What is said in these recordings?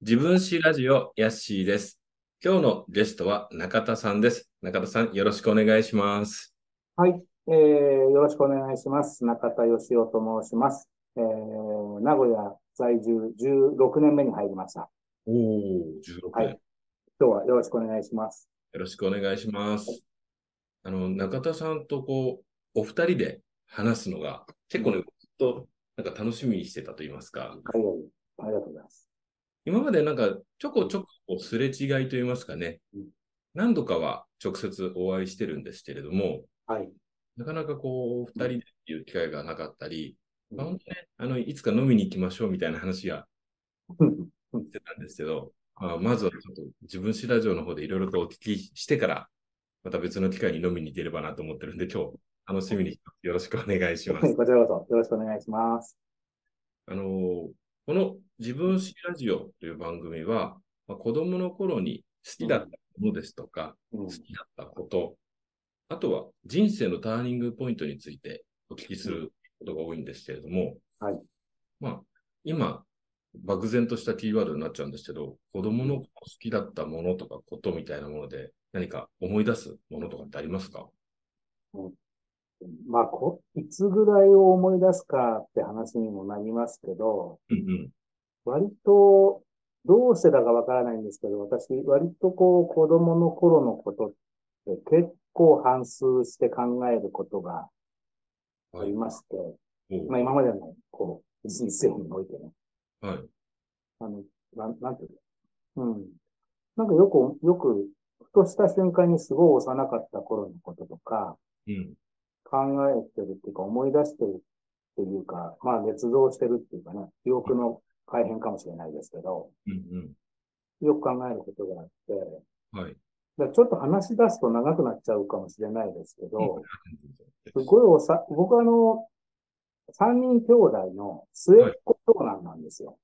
自分史ラジオ、ヤッシーです。今日のゲストは中田さんです。中田さん、よろしくお願いします。はい、えーよろしくお願いします。中田義夫と申します。えー名古屋在住16年目に入りました。おお、16年、はい今日はよろしくお願いします。よろしくお願いします。あの、中田さんとこう、お二人で話すのが、結構ね、ずっと、なんか楽しみにしてたと言いますか、海外ありがとうございます。今までなんか、ちょこちょこすれ違いと言いますかねうん、何度かは直接お会いしてるんですけれども、はい。なかなかこう、お二人でっていう機会がなかったり、まあう本当ね、あの、いつか飲みに行きましょうみたいな話がんしてたんですけど、まあ、まずはちょっと自分史ラジオの方でいろいろとお聞きしてから、また別の機会に飲みに行ければなと思ってるんで、今日楽しみにしてますよろしくお願いします。こちらこそよろしくお願いします。あのーこの自分史ラジオという番組は、まあ、子供の頃に好きだったものですとか、うん好きだったこと、あとは人生のターニングポイントについてお聞きすることが多いんですけれども、はいまあ、今、漠然としたキーワードになっちゃうんですけど、子供の頃好きだったものとかことみたいなもので、何か思い出すものとかってありますかまあこ、いつぐらいを思い出すかって話にもなりますけど、うん割と、どうしてだかわからないんですけど、私、割とこう、子供の頃のことって結構反数して考えることがうん。ありまして、おうまあ今までの、こう、人生においてね、はい。あの、なん、なんていうのうん。なんかよく、よく、ふとした瞬間にすごい幼かった頃のこととか、うん。考えてるっていうか、思い出してるっていうか、まあ、捏造してるっていうかね、記憶の改変かもしれないですけど、うんよく考えることがあって、うん。はい。だからちょっと話し出すと長くなっちゃうかもしれないですけど、すうんごいおさ、僕はあの、三人兄弟の末っ子長男なんですよ。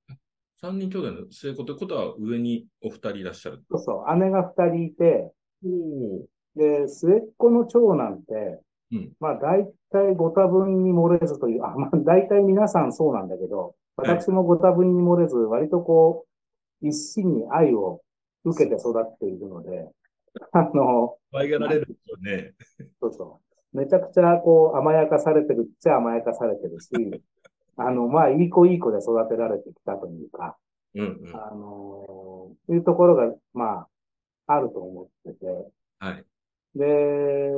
三人兄弟の末っ子ということは上にお二人いらっしゃる。そうそう、姉が二人いて、おお。で、末っ子の長男って、うんまあ大体ご多分に漏れずという、あ、まあ大体皆さんそうなんだけど、はい私もご多分に漏れず、割とこう、一心に愛を受けて育っているので、あの、可愛がられるんですよね。そうそう。めちゃくちゃ、こう、甘やかされてるっちゃ甘やかされて るし、あの、まあ、いい子いい子で育てられてきたというか、うんうん。あのーいうところが、まあ、あると思ってて。はい。で、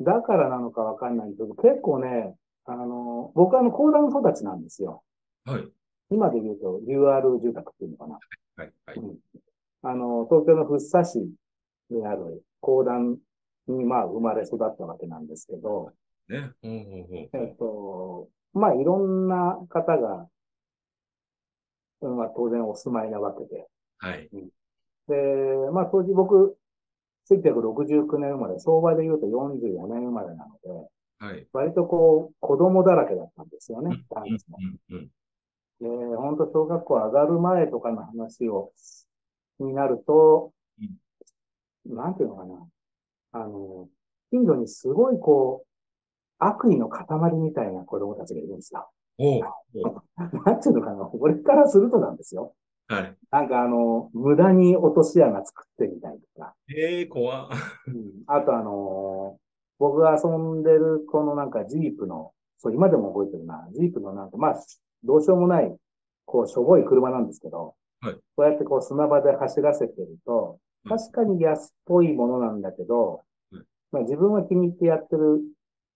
だからなのかわかんないけど、結構ね、あのー僕はあの、高段育ちなんですよ。はい。今で言うと、UR 住宅っていうのかな。はい。はい。あの、東京の福生市にある高段に、まあ、生まれ育ったわけなんですけど、ね。ほうほうほう。えっと、まあ、いろんな方が、うんまあ、当然お住まいなわけで。はい。で、まあ、当時僕、1969年生まれ、相場で言うと44年生まれなので、はい。割とこう、子供だらけだったんですよね、男うん子も。うんうん。で、本当小学校上がる前とかの話を、になるとう、なんていうのかな。あの、近所にすごいこう、悪意の塊みたいな子供たちがいるんですよ。おうおう。なんていうのかな、俺からするとなんですよ。はい。なんかあの、無駄に落とし穴作ってみたりとか。ええ、怖っ。あとあのー僕が遊んでるこのなんかジープの、そう、今でも覚えてるな、ジープのなんか、まあ、どうしようもない、こう、しょぼい車なんですけど、はいこうやってこう砂場で走らせてると、確かに安っぽいものなんだけど、うんまあ、自分は気に入ってやってる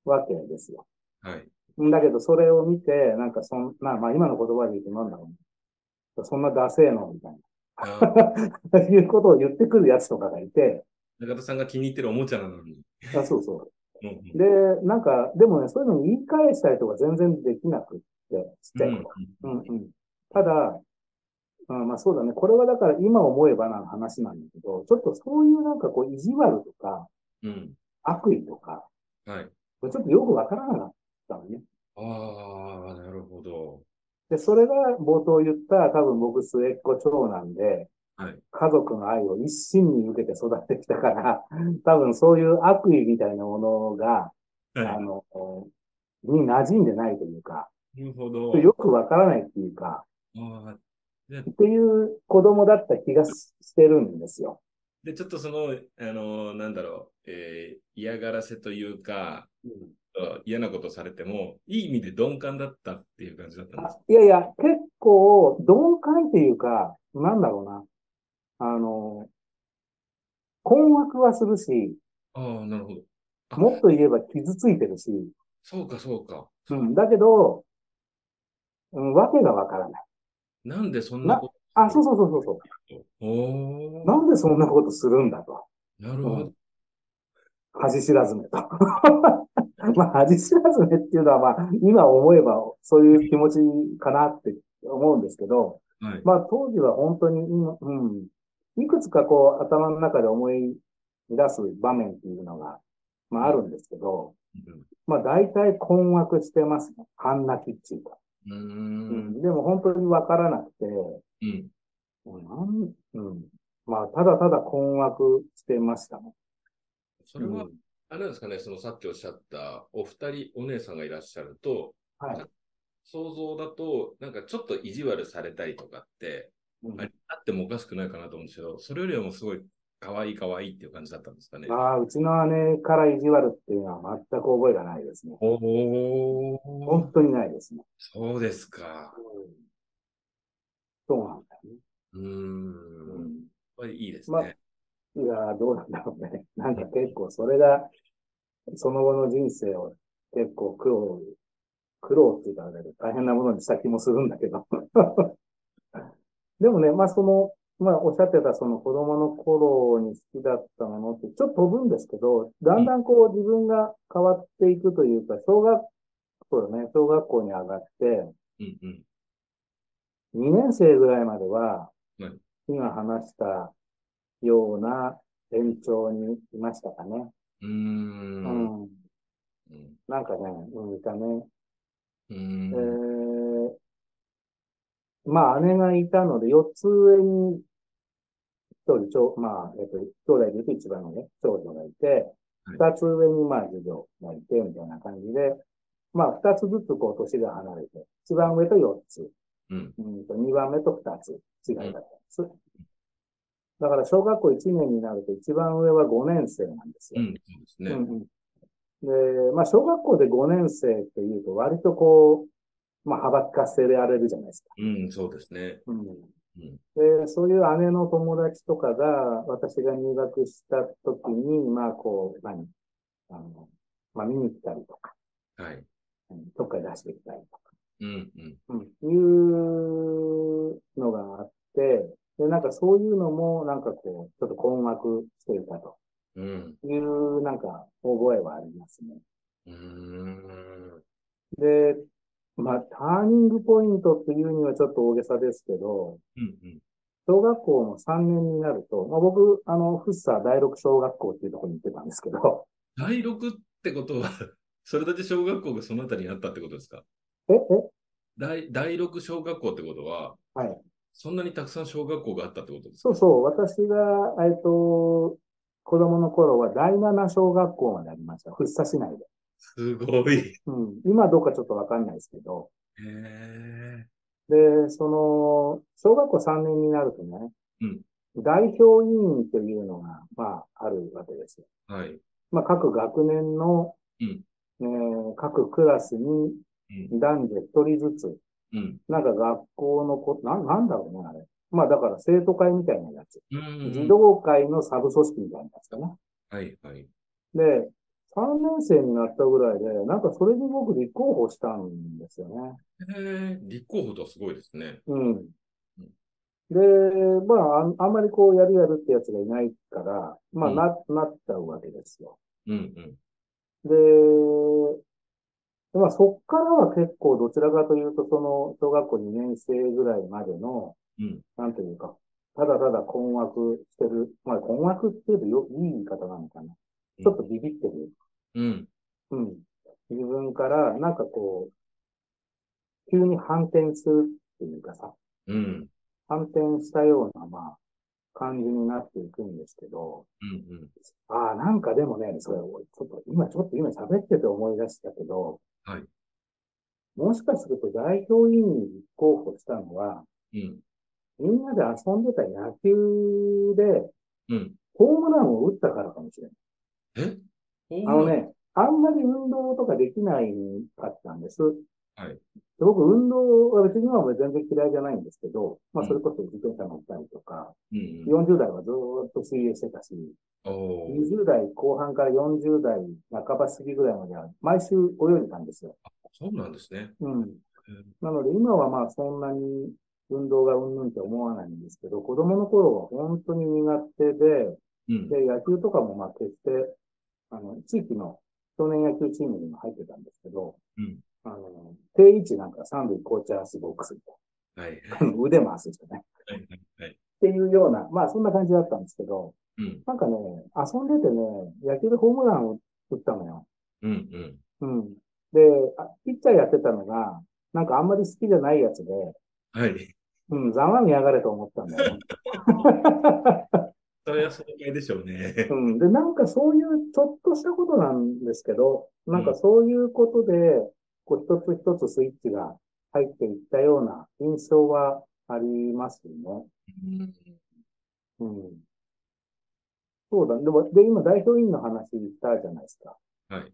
わけですよ。はい。だけど、それを見て、なんかそんな、まあ今の言葉で言うとなんだろう、ね。そんなダセえのみたいあーな。いうことを言ってくるやつとかがいて、中田さんが気に入ってるおもちゃなのに。あそうそうんうんう。で、なんか、でもね、そういうのに言い返したりとか全然できなくって、ちっちゃい頃。ううんんうん。ただ、うん、まあそうだね。これはだから今思えばな話なんだけど、ちょっとそういうなんかこう意地悪とかうん。悪意とか、うん。はい。ちょっとよくわからなかったのね。ああ、なるほど。で、それが冒頭言った多分僕末っ子長男で、はい家族の愛を一身に受けて育ってきたから、 多分そういう悪意みたいなものが、あはの、に馴染んでないというか、い。なるほど。よくわからないっていうか、ああ、でっていう子供だった気がししてるんですよ。で、ちょっとその、あの、なんだろう、えー嫌がらせというか、あ嫌なことされても、いい意味で鈍感だったっていう感じだったんであす。いやいや、結構、鈍感っていうか、なんだろうな。あの、困惑はするし、ああ、なるほど。あもっと言えば傷ついてるし、そうか、そうか。うん、だけど、うん、わけがわからない。なんでそんなことあ、そうそうそうそうそおう。ーなんでそんなことするんだと。なるほど。恥知らずめと。 まあ、恥知らずめっていうのは、まあ、今思えばそういう気持ちかなって思うんですけど、はい。まあ、当時は本当に、うん、うんいくつかこう、頭の中で思い出す場面っていうのが、まあ、あるんですけど、まあ、大体困惑してますね。半泣きっていうか。う。うんん、でも本当にわからなくて、うん。なん、うん。まあ、ただただ困惑してましたね。それはうん、あれなんですかね、そのさっきおっしゃった、お二人お姉さんがいらっしゃると、はい。想像だと、なんかちょっと意地悪されたりとかって、うんあれあってもおかしくないかなと思うんですけど、それよりはもうすごい、可愛い可愛いっていう感じだったんですかね。ああ、うちの姉から意地悪っていうのは全く覚えがないですね。おお本当にないですね。そうですか。そうなんだよね。うーん。やっぱりいいですまね。いやー、どうなんだろうね。なんか結構それが、その後の人生を結構苦労、苦労っていうかあれだけど、大変なものにした気もするんだけど。 でもね、まあその、まあおっしゃってたその子供の頃に好きだったものってちょっと飛ぶんですけど、だんだんこう自分が変わっていくというか、小学校だね、小学校に上がって、うんうん。 2年生ぐらいまでははい、今話したような延長にいましたかね。うー。うんん。うんなんかね、うん、いたね。うえん。ー、まあ姉がいたので、4つ上に、一人、ちょ、まあ、えっと、兄弟で言うと一番のね、長女がいて、は二つ上に、まあ、次女がいて、みたいな感じで、まあ、二つずつ、こう、年が離れて、一番上と四つ、うん。うんと、2番目と2つ違いだったんです。だから小学校1年になると一番上は5年生なんですうよ。ん。そうですね。うんうんで、まあ小学校で5年生っていうと割とこう、まあ幅利かせられるじゃないですか。うん、そうですね。うんうん。で、そういう姉の友達とかが私が入学した時に、まあこう、何あの、まあ見に来たりとか、はい。うんどっかで出してきたりとか。うんうん。いうのがあって、で、なんかそういうのも、なんかこう、ちょっと困惑していたとうん。いう、なんか、覚えはありますね。うーん。で、まあ、ターニングポイントっていうにはちょっと大げさですけど、うんうん。小学校の3年になると、まあ、僕、あの、福生第六小学校っていうところに行ってたんですけど、 第六ってことは、 それだけ小学校がそのあたりにあったってことですかえ、え、第第六小学校ってことは、はい。そんなにたくさん小学校があったってことですかそうそう、私が、えっと、子供の頃は第七小学校までありました。福生市内で。すごい。へうん。今どうかちょっとわかんないですけど、え。で、その、小学校3年になるとね、うん代表委員というのが、まあ、あるわけですよ。はい。まあ、各学年の、うんえー各クラスにうん。男女一人ずつ、うん。なんか学校のこ、な、なんだろうね、あれ。まあ、だから生徒会みたいなやつ。うんうん児童会のサブ組織みたいなやつかな。はい。はい。で、3年生になったぐらいで、なんかそれに僕立候補したんですよね。へえ。立候補とはすごいですね。うん。で、まあ、あんあんまりこう、やるやるってやつがいないから、まあ、うんな、なっちゃうわけですよ。うんうん。で、まあ、そっからは結構、どちらかというと、その、小学校2年生ぐらいまでの、うん。なんというか、ただただ困惑してる。まあ、困惑っていうとよ、いい言い方なのかな。ちょっとビビってる。うん。うん。自分から、なんかこう、急に反転するっていうかさ、うん。反転したような、まあ、感じになっていくんですけど、うん。うん。ああ、なんかでもね、それ、をちょっと、今、ちょっと今喋ってて思い出したけど、はい。もしかすると代表委員に立候補したのは、うん。みんなで遊んでた野球で、うん。ホームランを打ったからかもしれない。えホームあのランね、あんまり運動とかできないかったんです。はいで僕、運動は別に今は全然嫌いじゃないんですけど、まあ、うんそれこそ自転車乗ったりとか、うんうん。 40代はずーっと水泳してたし、おー20代後半から40代半ば過ぎぐらいまでは、毎週泳いでたんですよ。そうなんですね。うん。なので、今はまあ、そんなに運動がうんぬんって思わないんですけど、子供の頃は本当に苦手で、うん。で、野球とかもまあ決して、あの、地域の少年野球チームにも入ってたんですけど、うんあの、定位置なんか三塁コーチャースボックス みはい。はいたいな腕回すじゃない。っはいはい。ていうような、まあそんな感じだったんですけど、うん。なんかね、遊んでてね、野球でホームランを打ったのよ。うんうん。うん。で、あピッチャーやってたのが、なんかあんまり好きじゃないやつで、はい。うん、ざまみやがれと思ったんだよね。それは正解でしょうね。うん。で、なんかそういうちょっとしたことなんですけど、なんかそういうことで、こう一つ一つスイッチが入っていったような印象はありますね。うんうん。そうだ。でも、で、今代表員の話したじゃないですか。はい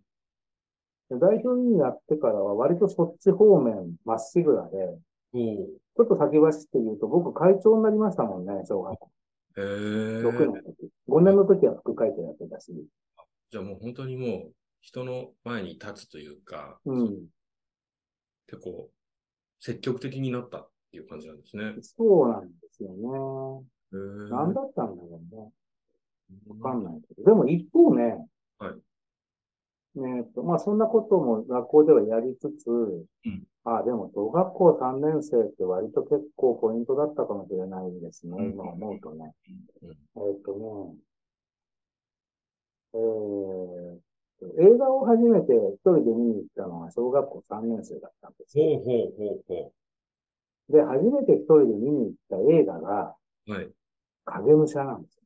で。代表員やってからは割とそっち方面まっしぐらで、おーちょっと先走って言うと、僕会長になりましたもんね、小学校へ6ー年の時。5年の時は副会長やってたし。じゃあもう本当にもう人の前に立つというか、うん。結構積極的になったっていう感じなんですね。そうなんですよね。へー何だったんだろうね。うんわかんないけど。でも一方ね、はいえっと、まあそんなことも学校ではやりつつ、んああ、でも小学校3年生って割と結構ポイントだったかもしれないですね、うん今思うとね。うんうんえっとね、えー映画を初めて一人で見に行ったのは小学校3年生だったんですよ。ほうほうほうほで、初めて一人で見に行った映画がう。はい。影武者なんですよ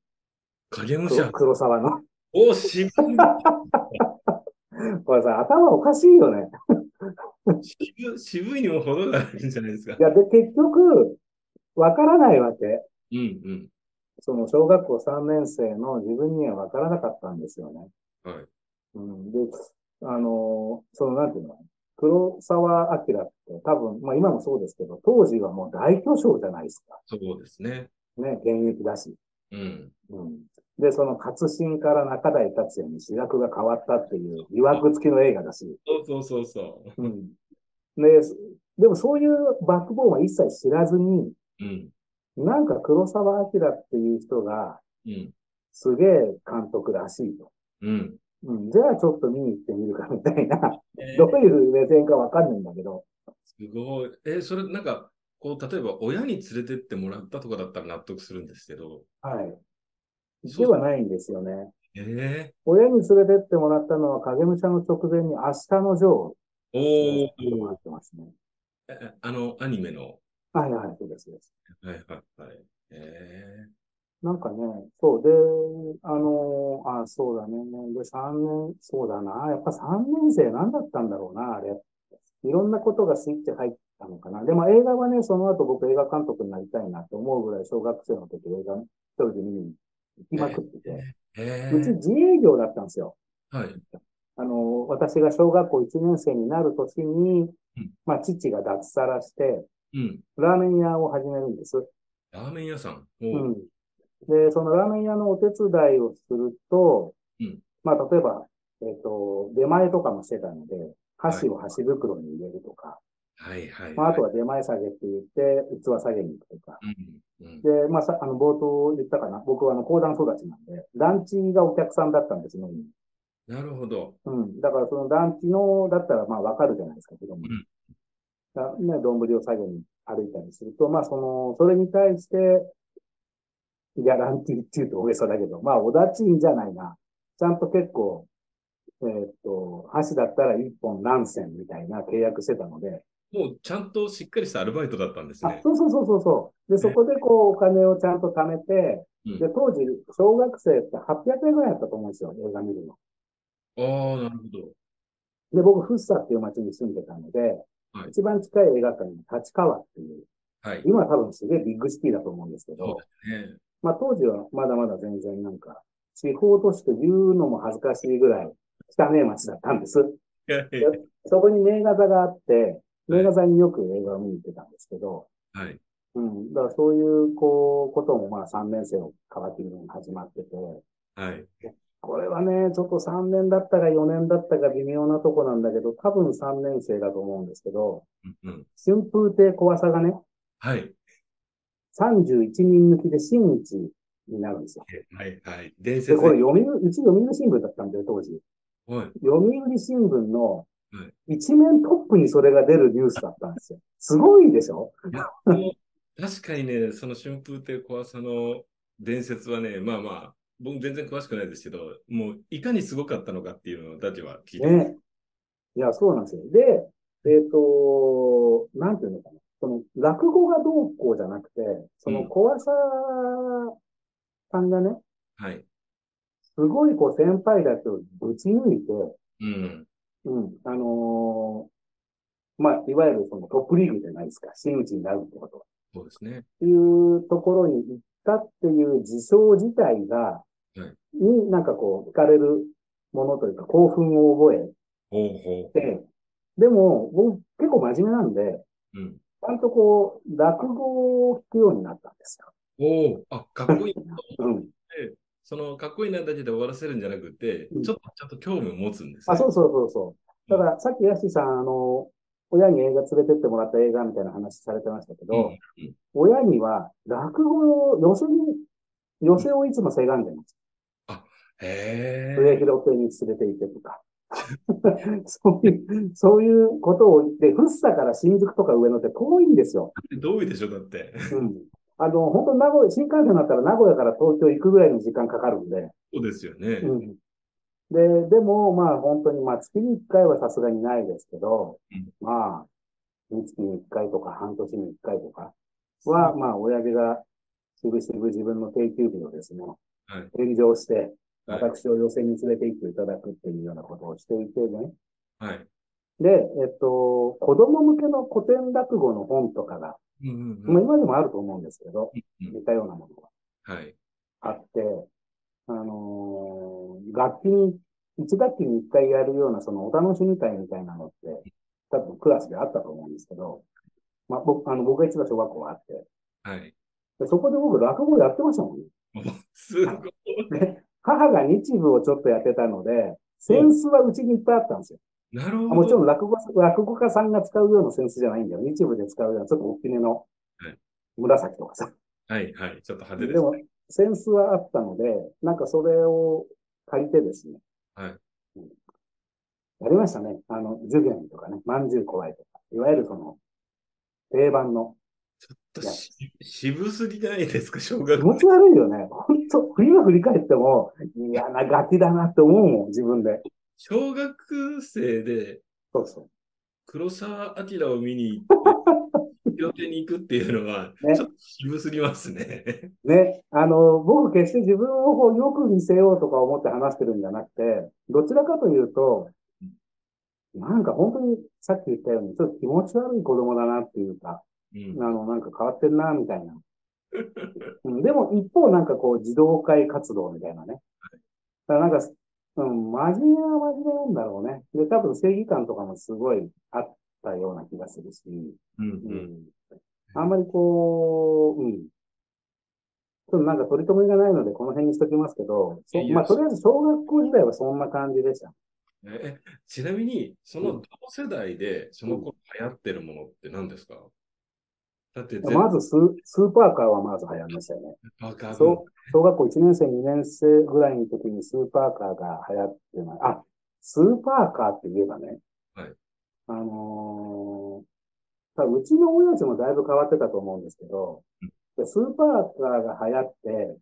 影武黒者。黒沢の。 お渋い。これさ、頭おかしいよね。渋い渋いにも程があるんじゃないですかい。や、で、結局、わからないわけ。うんその、小学校3年生の自分にはわからなかったんですよね。うん。はい。うん。で、あの、その、なんていうの黒沢明って多分、まあ今もそうですけど、当時はもう大巨匠じゃないですか。そうですね。ね、現役だし。うん。うん。で、その、活心から中台達也に主役が変わったっていう、疑惑付きの映画だし。そうそうそうそうん。で、でもそういうバックボーンは一切知らずに、う。うん。なんか黒沢明っていう人がうん。すげえ監督らしいと。うん。うん、じゃあちょっと見に行ってみるかみたいな、えーどういう目線かわかんないんだけど、すごい。えーそれなんか、こう、例えば親に連れてってもらったとかだったら納得するんですけど。はい。ではないんですよね。ええ親に連れてってもらったのは影武者の直前に明日のジョーをお連れてってもらお、ってますね。えあの、アニメの。はいはい、そうですそうです。はいはいはい。えなんかね、そうで、あのーあ、そうだね。で、3年、そうだな。やっぱ3年生何だったんだろうな、あれ。いろんなことがスイッチ入ったのかな。でも映画はね、その後僕映画監督になりたいなと思うぐらい小学生の時映画一人で見に行きまくってて。ー、えうち自営業だったんですよ。ー、はい。あのー私が小学校1年生になる年にうん、まあ父が脱サラして、うん。ラーメン屋を始めるんです。ラーメン屋さん。おうん。で、そのラーメン屋のお手伝いをすると、うんまあ、例えば、えっ、と、出前とかもしてたので、箸を箸袋に入れるとか、はいはい、はい。まあ、あとは出前下げって言って、器下げに行くとか。うん、うん。で、まあ、さあの、冒頭言ったかな。僕はあの、講談育ちなんで、団地がお客さんだったんですね。なるほど。うん。だから、その団地の、だったら、まあ、わかるじゃないですか、子供にうん。だね、丼を下げに歩いたりすると、まあ、その、それに対して、ギャランティーっていうと大げさだけど、まあ、おだちんじゃないな。ちゃんと結構、えーっと、箸だったら一本何銭みたいな契約してたので、もうちゃんとしっかりしたアルバイトだったんですあね、。そうそうそうそうそう。で、そこでこう、お金をちゃんと貯めて、うんで、当時、小学生って800円ぐらいだったと思うんですよ、映画見るの。ああ、なるほど。で、僕、フッサっていう町に住んでたので、はい一番近い映画館に立川っていうはい。今多分すげえビッグシティだと思うんですけそうど、ですね。まあ当時はまだまだ全然なんか、地方都市というのも恥ずかしいぐらい汚い街だったんです。いやいやいそこに名画座があって、名画座によく映画を見に行ってたんですけど、やはい。うん。だからそういう、こう、ことも、まあ、3年生を皮切りに始まってて、はい。これはね、ちょっと3年だったか4年だったか微妙なとこなんだけど、多分3年生だと思うんですけど、うんうん。春風亭小朝がね、はい。 31人抜きで真打ちになるんですよ。はい。はい。伝で、説これ読売、うち読売新聞だったんだよ、当時。はい。読売新聞のうん一面トップにそれが出るニュースだったんですよ。すごいでしょ確かにね、その春風亭小朝の伝説はね、まあまあ、僕全然詳しくないですけど、もういかにすごかったのかっていうのだけは聞いてます。ね。いや、そうなんですよ。で、えっ、と、なんていうのかな。その、落語がどうこうじゃなくて、その、うん小朝さんがね、はい。すごいこう、先輩たちをぶち抜いて、うん。うん、あのーまあ、いわゆるそのトップリーグじゃないですか。真打ちになるってことは。そうですね。っていうところに行ったっていう事象自体が、うんになんかこう、惹かれるものというか、興奮を覚えほうほで、でも、僕結構真面目なんで、う。うん。ちゃんとこう、落語を聞くようになったんですよ。おお、あ、かっこいい。うん。そのかっこいいなだけで終わらせるんじゃなくてう、んちょっとちゃんと興味を持つんです、ね。あ、そうそうそうそう。たださっきヤシさん、あの、親に映画連れてってもらった映画みたいな話されてましたけうんど、うん親には落語を寄せに、寄せをいつもせがんでます。へ上え。広亭に連れて行ってとか。 そういう、そういうことを、で、福生から新宿とか上野って遠いんですよ。どういうでしょう、だって。うん。あの、本当名古屋、新幹線だったら名古屋から東京行くぐらいの時間かかるんで。そうですよね。うん。で、でも、まあ本当に、まあ月に1回はさすがにないですけど、うんまあ、月に1回とか半年に1回とかは、まあ親父がしぶしぶ自分の定休日をですね、はい返上して、はい私を寄席に連れて行っていただくっていうようなことをしていてね。はい。で、えっと、子供向けの古典落語の本とかが、うんうんうんまあ今でもあると思うんですけど、うん似たようなものが。はい。あって、あのー楽器に、一学期に一回やるような、そのお楽しみ会みたいなのって、多分クラスであったと思うんですけど、まあ、僕、あの、僕が一番小学校があって、はい。でそこで僕落語やってましたもんね。 すごい。母が日舞をちょっとやってたので、扇子はうちにいっぱいあったんですよ。なるほど。もちろん落語、落語家さんが使うような扇子じゃないんだよ。日舞で使うような、ちょっと大きめのはい、紫とかさ。はいはい。ちょっと派手で。ですも、センスはあったので、なんかそれを借りてですね。はいうん。やりましたね。あの、受験とかね、まんじゅう怖いとか。いわゆるその、定番の。ちょっとし渋すぎじゃないですか、 小学気持校。ち悪いよね。ほんと、今振り返っても、嫌なガキだなって思うもん、自分で。小学生でそうそ黒澤明を見に行って、 両手に行くっていうのは、ねちょっと渋すぎますね。う。ね。あの、僕決して自分をこうよく見せようとか思って話してるんじゃなくて、どちらかというと、なんか本当にさっき言ったように、ちょっと気持ち悪い子供だなっていうか、うんあの、なんか変わってんな、み たいな。うん、でも、一方、なんかこう、児童会活動みたいなね。だからなんか、うん、真面目は真面目なんだろうね。で、多分正義感とかもすごいあったような気がするし、うんううんん。あんまりこう、うん。ちょっとなんか取り留めがないので、この辺にしときますけど、そいいよまあ、とりあえず小学校時代はそんな感じでした。えちなみに、その同世代で、そのうん頃流行ってるものって何ですかだって、まずス、スーパーカーはまず流行りましたよね。わかる。そう小学校1年生、2年生ぐらいの時にスーパーカーが流行ってない。あ、スーパーカーって言えばね。はい。あのー、多分うちの親父もだいぶ変わってたと思うんですけど、でスーパーカーが流行って、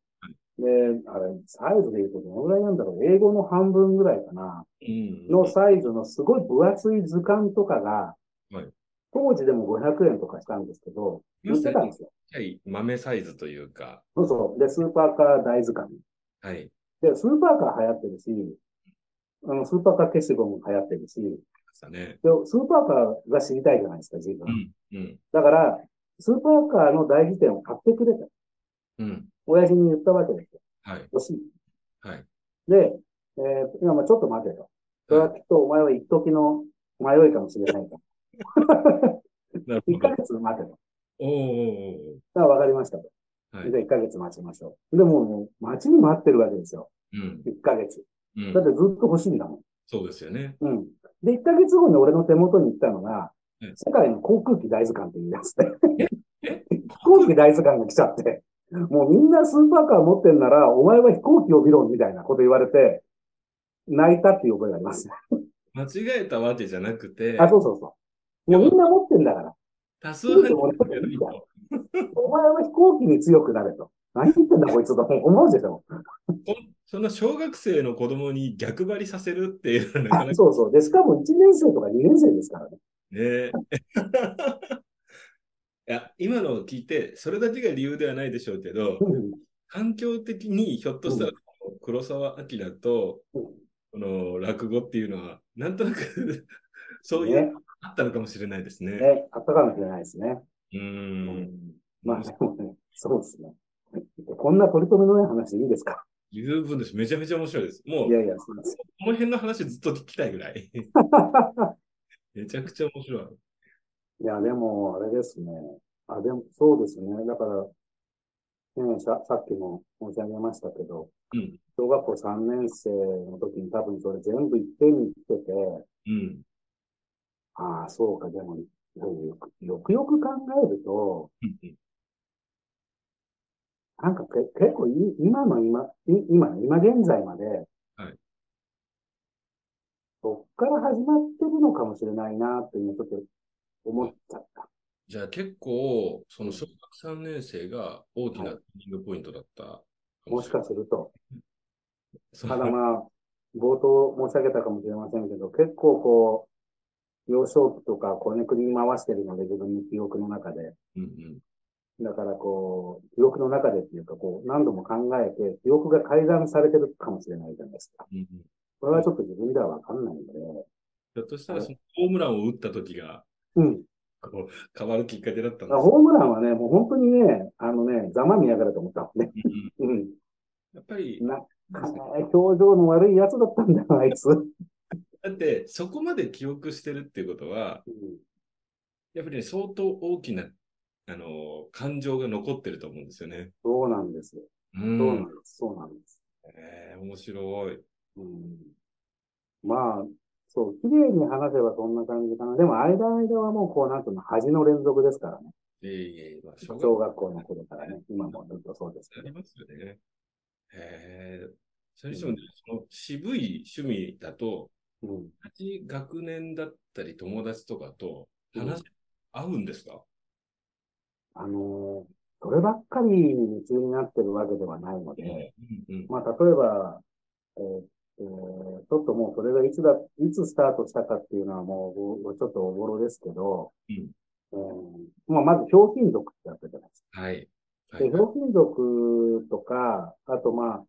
で、あれ、サイズで言うとどのぐらいなんだろう。英語の半分ぐらいかな。うんのサイズのすごい分厚い図鑑とかが、はい当時でも500円とかしたんですけど、売ってたんですよ。ちっちゃい豆サイズというか、そうそう。で、スーパーカー大図鑑。はい。で、スーパーカー流行ってるし、あの、スーパーカー消しゴム流行ってるし、で、だね。スーパーカーが知りたいじゃないですか、自分。うん。うん。だから、スーパーカーの代理店を買ってくれた。うん。親父に言ったわけですよ。はい。欲しい。はい。で、えー、今もちょっと待てと。それはきっとお前は一時の迷いかもしれな いと。なるほ1どヶ。月待てと。おーおだから分かりましたと。ーおー。はいじ。ゃあ1ヶ月待ちましょう。でも、ね、待ちに待ってるわけですよ。うん。 1ヶ月。うだっん。てずっと欲しいんだもん。そうですよね。うん。で、1ヶ月後に俺の手元に行ったのが、うん世界の航空機大図鑑っていうやつで。え飛行機大図鑑が来ちゃって。もうみんなスーパーカー持ってんなら、お前は飛行機を見ろみたいなこと言われて、泣いたっていう覚えがあります。間違えたわけじゃなくて、あ、そうそうそう。もうみんな持ってんだから。多数派にいいかお前は飛行機に強くなれと。何言ってんだこいつと思うでしょ。その小学生の子供に逆張りさせるっていうのはなかあなかそうそう。で、しかも1年生とか2年生ですからね。ね。 いや今のを聞いて、それだけが理由ではないでしょうけど、うん環境的にひょっとしたら、黒澤明と、うんこの落語っていうのは、なんとなく そういうねのがあったのかもしれないですね。ね、あったかもしれないですね。うーん。まあでもね、そうですね。こんな取り留めのない話でいいですか十分です。めちゃめちゃ面白いです。もう、いやいや、すみません。この辺の話ずっと聞きたいぐら い。めちゃくちゃ面白い。いや、でも、あれですね。あ、でも、そうですね。だから、ね、ささっきも申し上げましたけど、うん小学校3年生の時に多分それ全部一遍に言ってて、うん。ああ、そうか、でも、よくよくよく考えると、なんかけ結構い今の今、い今、今現在まで、はいそっから始まってるのかもしれないな、っていうのをちょっと思っちゃった。じゃあ結構、その小学3年生が大きなはターニングポイントだったかもしかしすると。れたないだまあ、冒頭申し上げたかもしれませんけど、結構こう、幼少期とか、こねくり回してるので、自分の記憶の中で。うんうん。だからこう、記憶の中でっていうか、こう、何度も考えて、記憶が改ざんされてるかもしれないじゃないですか。うんうんこれはちょっと自分ではわかんないので、ひょっとしたら、そのホームランを打った時が、うん。こう、変わるきっかけだったんですホームランはね、もう本当にね、あのね、ざまみやがれと思ったもんね。うんうんうん。やっぱり、なかなか表情の悪いやつだったんだよ、あいつ。うんだって、そこまで記憶してるっていうことは、やっぱりね、相当大きな、あのー感情が残ってると思うんですよね。そうなんですよ。うそうなんん。です。そうなんです。えー、面白い。うんまあ、そう、綺麗に話せばそんな感じかな。でも、間間はもう、こう、なんていうの、恥の連続ですからね。いえいえ、まあ、小学小学校の頃からね。今もずっとそうですあけどり。ますよね。へえ。それにしてもね、その渋い趣味だと、うん。 8学年だったり友達とかと話、合うんですかあのーそればっかりに夢中になってるわけではないのうで、んうん。まあ、例えば、えーえーちょっともうそれがいつだ、いつスタートしたかっていうのはもうご、ちょっとおぼろですけど、うんえーまあ、まず、ひょうきん族ってやってたじゃないですはい。はか。で、いひ。ょうきん族とか、あとまあ、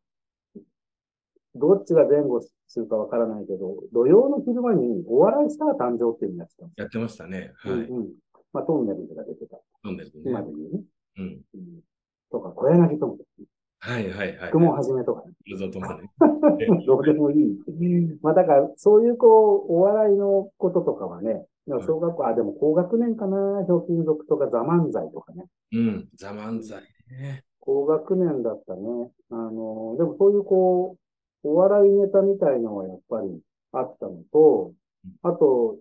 どっちが前後するかわからないけど、土曜の昼間にお笑いスター誕生っていうのやってたんですやってましたね。はよ。い。うんうん。まあ、トンネルズが出てた。飲んでるね。今で言うね。うん。うんとか、小柳とも、はいはいはい。雲もはじめとかね。黒沢ともね。 どうでもいい。まあだから、そういうこう、お笑いのこととかはね、でも小学校、あ、でも高学年かな、ひょうきん族とか、ザ・漫才とかね。うん。ザ・漫才ね。高学年だったね。あの、でもそういうこう、お笑いネタみたいのはやっぱりあったのとうん、あと、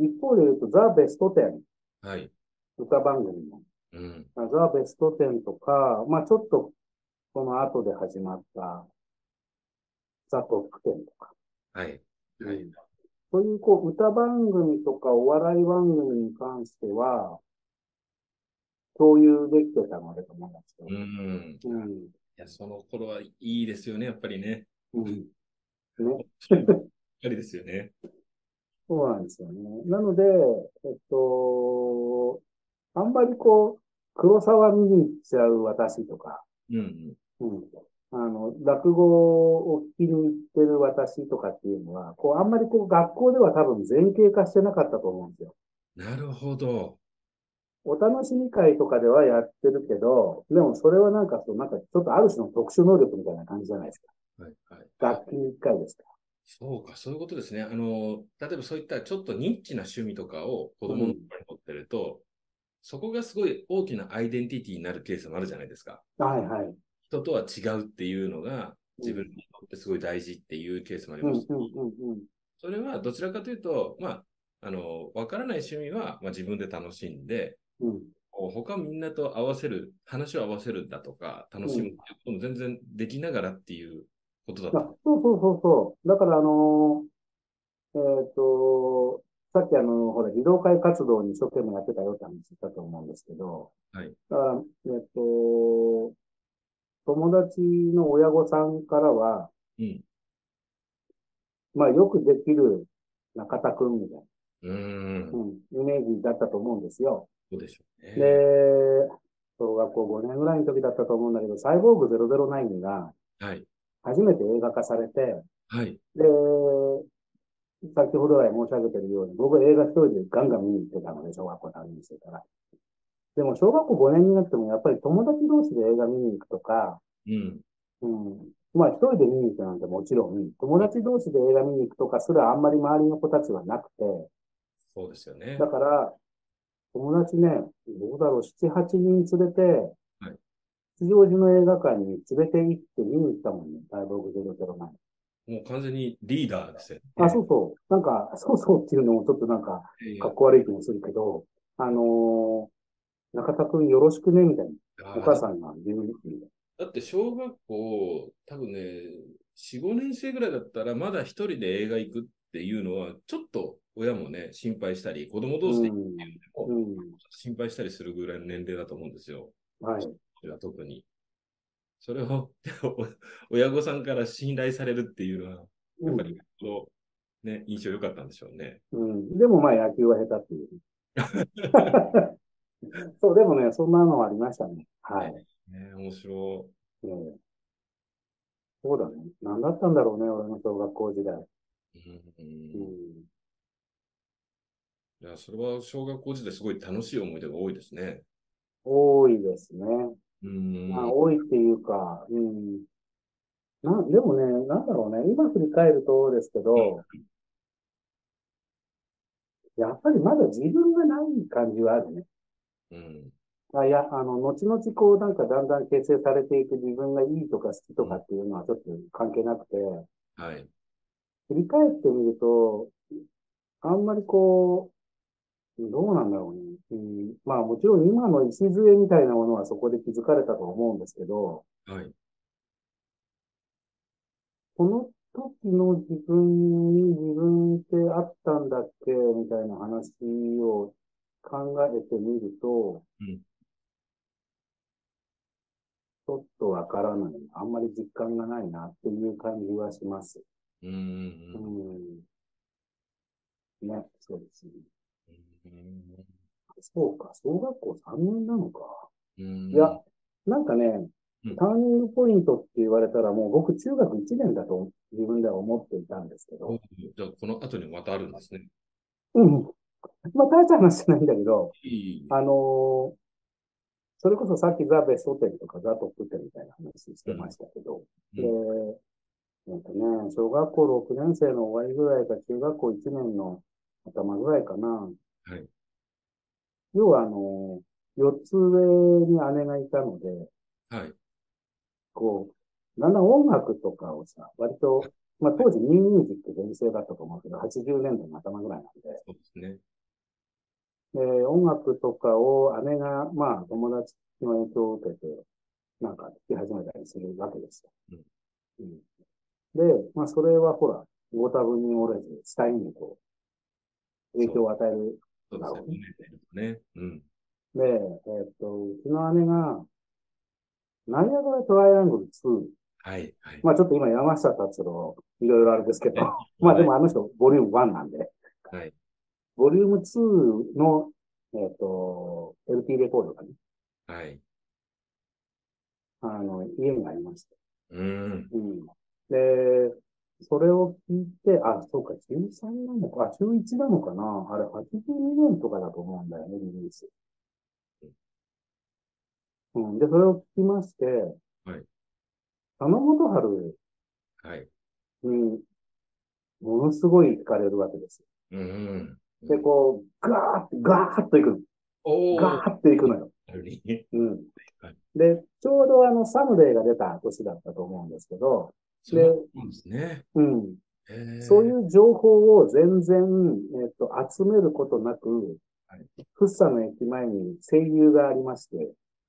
一方で言うと、ザ・ベスト10、はい。歌番組の。うん。ザ・ベスト10とか、まあちょっと、この後で始まった、ザ・トップ10とか。はい。はい。そういう、こう、歌番組とかお笑い番組に関しては、共有できてたのでと思いますけうん。ど。うん。いや、その頃はいいですよね、やっぱり ね。うん。ね。やっぱりですよね。そうなんですよね。なので、えっと、あんまりこう、黒沢見に行っちゃう私とか、うんうん。うん。あの、落語を聞きに行ってる私とかっていうのは、こう、あんまりこう、学校では多分前傾化してなかったと思うんですよ。なるほど。お楽しみ会とかではやってるけど、でもそれはなんか、そうなんかちょっとある種の特殊能力みたいな感じじゃないですはいはい。か。楽器に一回ですか。そうか、そういうことですね。あの、例えばそういったちょっとニッチな趣味とかを子供の頃に持ってると、そこがすごい大きなアイデンティティになるケースもあるじゃないですか。はいはい。人とは違うっていうのが自分にとってすごい大事っていうケースもありうんうまんす。うんうん。それはどちらかというと、まあ、あの、わからない趣味は、まあ、自分で楽しんで、うんこう他みんなと合わせる、話を合わせるだとか、楽しむっていうことも全然できながらっていうことだあと。そうそうそうそう。だからあのーえっ、と、さっきあの、ほら、児童会活動に一生懸命やってたよって話したと思うんですけど、はい。だから、えっ、と、友達の親御さんからは、うん。まあ、よくできる中田くんみたいな、うーん。そうん、イメージだったと思うんですよ。うでしょうね。で、小学校5年ぐらいの時だったと思うんだけど、サイボーグ009がはい。初めて映画化されて、はい。で、先ほど来申し上げてるように、僕映画一人でガンガン見に行ってたので、小学校3年生から。でも、小学校5年になっても、やっぱり友達同士で映画見に行くとか、うん。うん。まあ、一人で見に行くなんてもちろん、友達同士で映画見に行くとかすらあんまり周りの子たちはなくて、そうですよねだ。から、友達ね、どうだろう、7、8人連れて、はい吉祥寺の映画館に連れて行って見に行ったもんね、大僕009。もう完全にリーダーですよね。あ、そうそう。なんか、そうそうっていうのもちょっとなんか、いやいやかっこ悪い気もするけど、あのー中田くんよろしくね、みたいな。あおー母さんが言うっていう。だって小学校、多分ね、4、5年生ぐらいだったら、まだ一人で映画行くっていうのは、ちょっと親もね、心配したり、子供同士で行くっていうのも、うん。心配したりするぐらいの年齢だと思うんですよ。はい。特に。それを、 お親御さんから信頼されるっていうのは、やっぱり、このね、印象良かったんでしょうね。うん。でもまあ野球は下手って いう。そう、でもね、そんなのはありましたね。はい。ね面白い。ええそうだね。何だったんだろうね、俺の小学校時代。うんうん。いや、それは小学校時代すごい楽しい思い出が多いですね。多いですね。うん。まあ、多いっていうか、うん。な、でもね、なんだろうね、今振り返るとですけど、やっぱりまだ自分がない感じはあるね。うん。あ、いや、あの、後々こう、なんかだんだん形成されていく自分がいいとか好きとかっていうのはちょっと関係なくて、はい。振り返ってみると、あんまりこう、どうなんだろうね。うん、まあもちろん今の礎みたいなものはそこで気づかれたと思うんですけど、はい。この時の自分に自分ってあったんだっけみたいな話を考えてみると、うんちょっとわからない。あんまり実感がないなっていう感じはします。うんうんううん。ん。ね、そうですね。うんそうか、小学校3年なのか。うんいや、なんかねうん、ターニングポイントって言われたらもう僕中学1年だと自分では思っていたんですけど、じゃあ、この後にまたあるんですね。うん。まあ大した話じゃないんだけど、いい。あのーそれこそさっきザ・ベストテルとかザ・トップテルみたいな話してましたけど、うんで、なんかね、小学校6年生の終わりぐらいか中学校1年の頭ぐらいかな。い要はあのー、4つ上に姉がいたので、はい。こう、だんだん音楽とかをさ、割と、まあ当時ニューミュージック全盛だったと思うけど、80年代の頭ぐらいなんで、そうですね。で、音楽とかを姉が、まあ、友達の影響を受けて、なんか聴き始めたりするわけですよ。うんで、まあ、それはほら、ご多分に漏れず、スタインにこう、影響を与える。そうですね。見れてるとね。うん。で、えっと、うちの姉が、ナイアガラトライアングル2。はい。はい。まあ、ちょっと今山下達郎、いろいろあれですけど、 まあ、でもあの人、ボリューム1なんで。はいボリューム2の、えっと、LP レコードがね、はい。あの、家にありました。うん。うん。で、それを聞いて、あ、そうか、13なのか、あ、中1なのかなあれ、82年とかだと思うんだよね、リリース。うん、で、それを聞きまして、はい。佐野元春はい。に、ものすごい惹かれるわけです。うん。で、こう、ガーって、ガーっと行くおの。お。ガーって行くのよ。うんはい。で、ちょうどあの、サムデーが出た年だったと思うんですけど、そうなんですね。うん。へーそういう情報を全然、えっと、集めることなくはい、フッサの駅前に声優がありまして、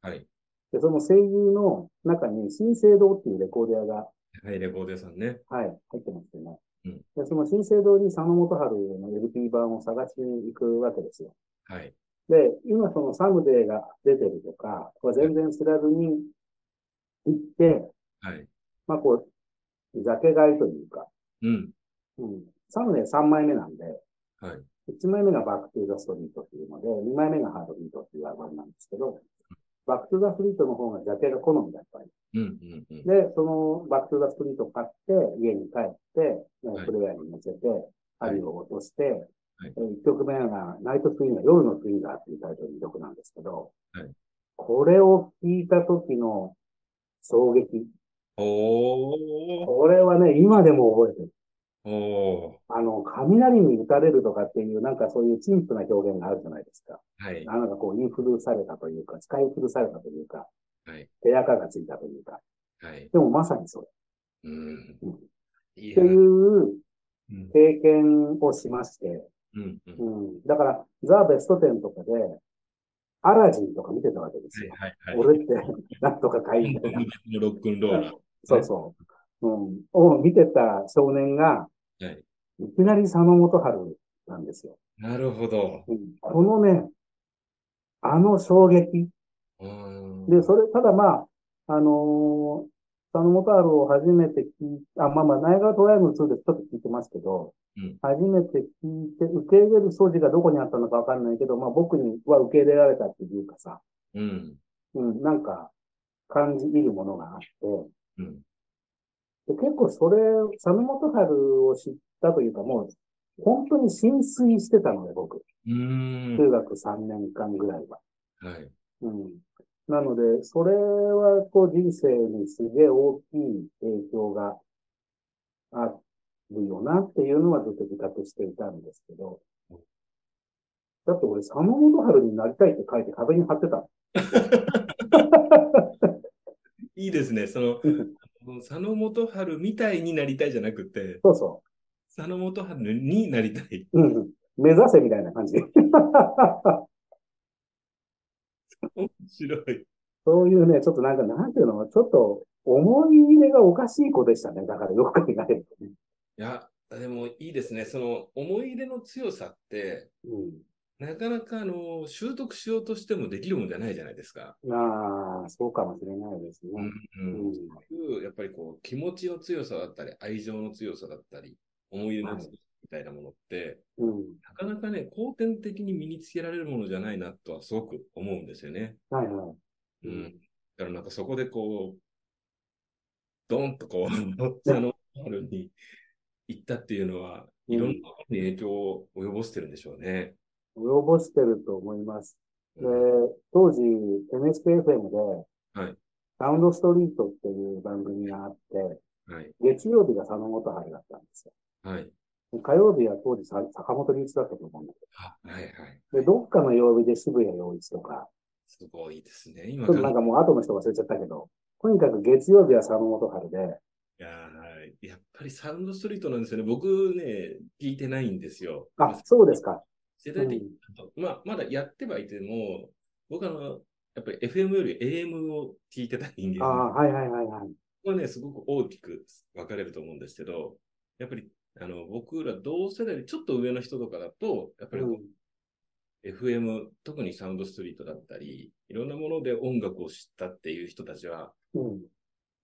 はい。で、その声優の中に新生堂っていうレコード屋が、はい、レコード屋さんね。はい、入ってますよね。うんで、その新生堂に佐野元春の LP 版を探しに行くわけですよ。はい。で、今そのサムデーが出てるとか、これ全然知らずに行って、はい。まあこう、ジャケ買いというか、うん。うん、サムデー3枚目なんで、はい。 1枚目がバックトゥーザストリートっていうので、2枚目がハードビートっていうアルバムなんですけど、バックトゥーザストリートの方がジャケが好みだったり。うん。うん。うん。で、そのバックトゥーザストリートを買って、家に帰って、はいプレイヤーに乗せて、針を落として、い1曲目がナイトスインガー、夜のスインガーっていうタイトルの曲なんですけど、はいこれを聴いた時の衝撃。おー。これはね、今でも覚えてる。おー。あの、雷に打たれるとかっていう、なんかそういう陳腐な表現があるじゃないですか。はい。あなんかこう、インフルされたというか、使い古されたというか、はい。手垢がついたというか、はい。でもまさにそれ。うん。いっやていううん。経験をしまして、うん。うんうん。だから、ザ・ベスト10とかで、アラジンとか見てたわけですよ。はい。はい。はい。俺って、 なんとかかいみ たいな。ロックンローラー。そうそう。うん。を見てた少年が、はいいきなり佐野元春なんですよ。なるほど。うん。このね、あの衝撃。うーん。で、それ、ただまあ、あのー、佐野元春を初めて聞いあ、まあまあ、内川トライアングル2でちょっと聞いてますけど、うん初めて聞いて、受け入れる素地がどこにあったのかわかんないけど、まあ僕には受け入れられたっていうかさ、うん。うん、なんか、感じいるものがあって、うん。で結構それ、佐野元春を知ったというか、もう、本当に浸水してたので、僕。うーん。中学3年間ぐらいは。はい。うんなので、それは、こう、人生にすげえ大きい影響があるよなっていうのはずっと自覚していたんですけど、だって俺、佐野元春になりたいって書いて壁に貼ってた。いいですね。その、うん佐野元春みたいになりたいじゃなくて、そうそ佐野元春になりたい。う。うん。目指せみたいな感じ。 面白い。そういうね、ちょっとなんか、なんていうの、ちょっと思い入れがおかしい子でしたね。だからよく考えるとね。いや、でもいいですね。その思い入れの強さって、うなかなかあの習得しようとしてもできるもんじゃないじゃないですか。ん。まあ、そうかもしれないですうね。んうん、いうやっぱりこう気持ちの強さだったり、愛情の強さだったり、思い入れの強さみたいなものって、うん。うん。なかなかね、後天的に身につけられるものじゃないなとはすごく思うんですよね。はいはい。ううんん。だからなんかそこでこう、ドンとこう、佐野春に行ったっていうのは、いろんなことに影響を及ぼしてるんでしょうね。及ぼしてると思います。でうん、当時 NHKFM で、はいサウンドストリートっていう番組があって、はい。月曜日が佐野元春だったんですよ。はい。で火曜日は当時さ坂本龍一だったと思うんだけあはいはい。ど。で、どっかの曜日で渋谷陽一とか、すごいですね。ち今ょ考っとなんえかもう後の人忘れちゃったけど、とにかく月曜日は佐野元春で、いやーやっぱりサウンドストリートなんですよね。僕ね、聞いてないんですよ。あ、そうですか。世う代ん的に、まあ、まだやってはいても、僕あの、やっぱり FM より AM を聞いてた人間あなんであ、はいはいはいはい。ここはね、すごく大きく分かれると思うんですけど、やっぱりあの僕ら同世代でちょっと上の人とかだと、やっぱりこううん FM、特にサウンドストリートだったり、いろんなもので音楽を知ったっていう人たちは、うん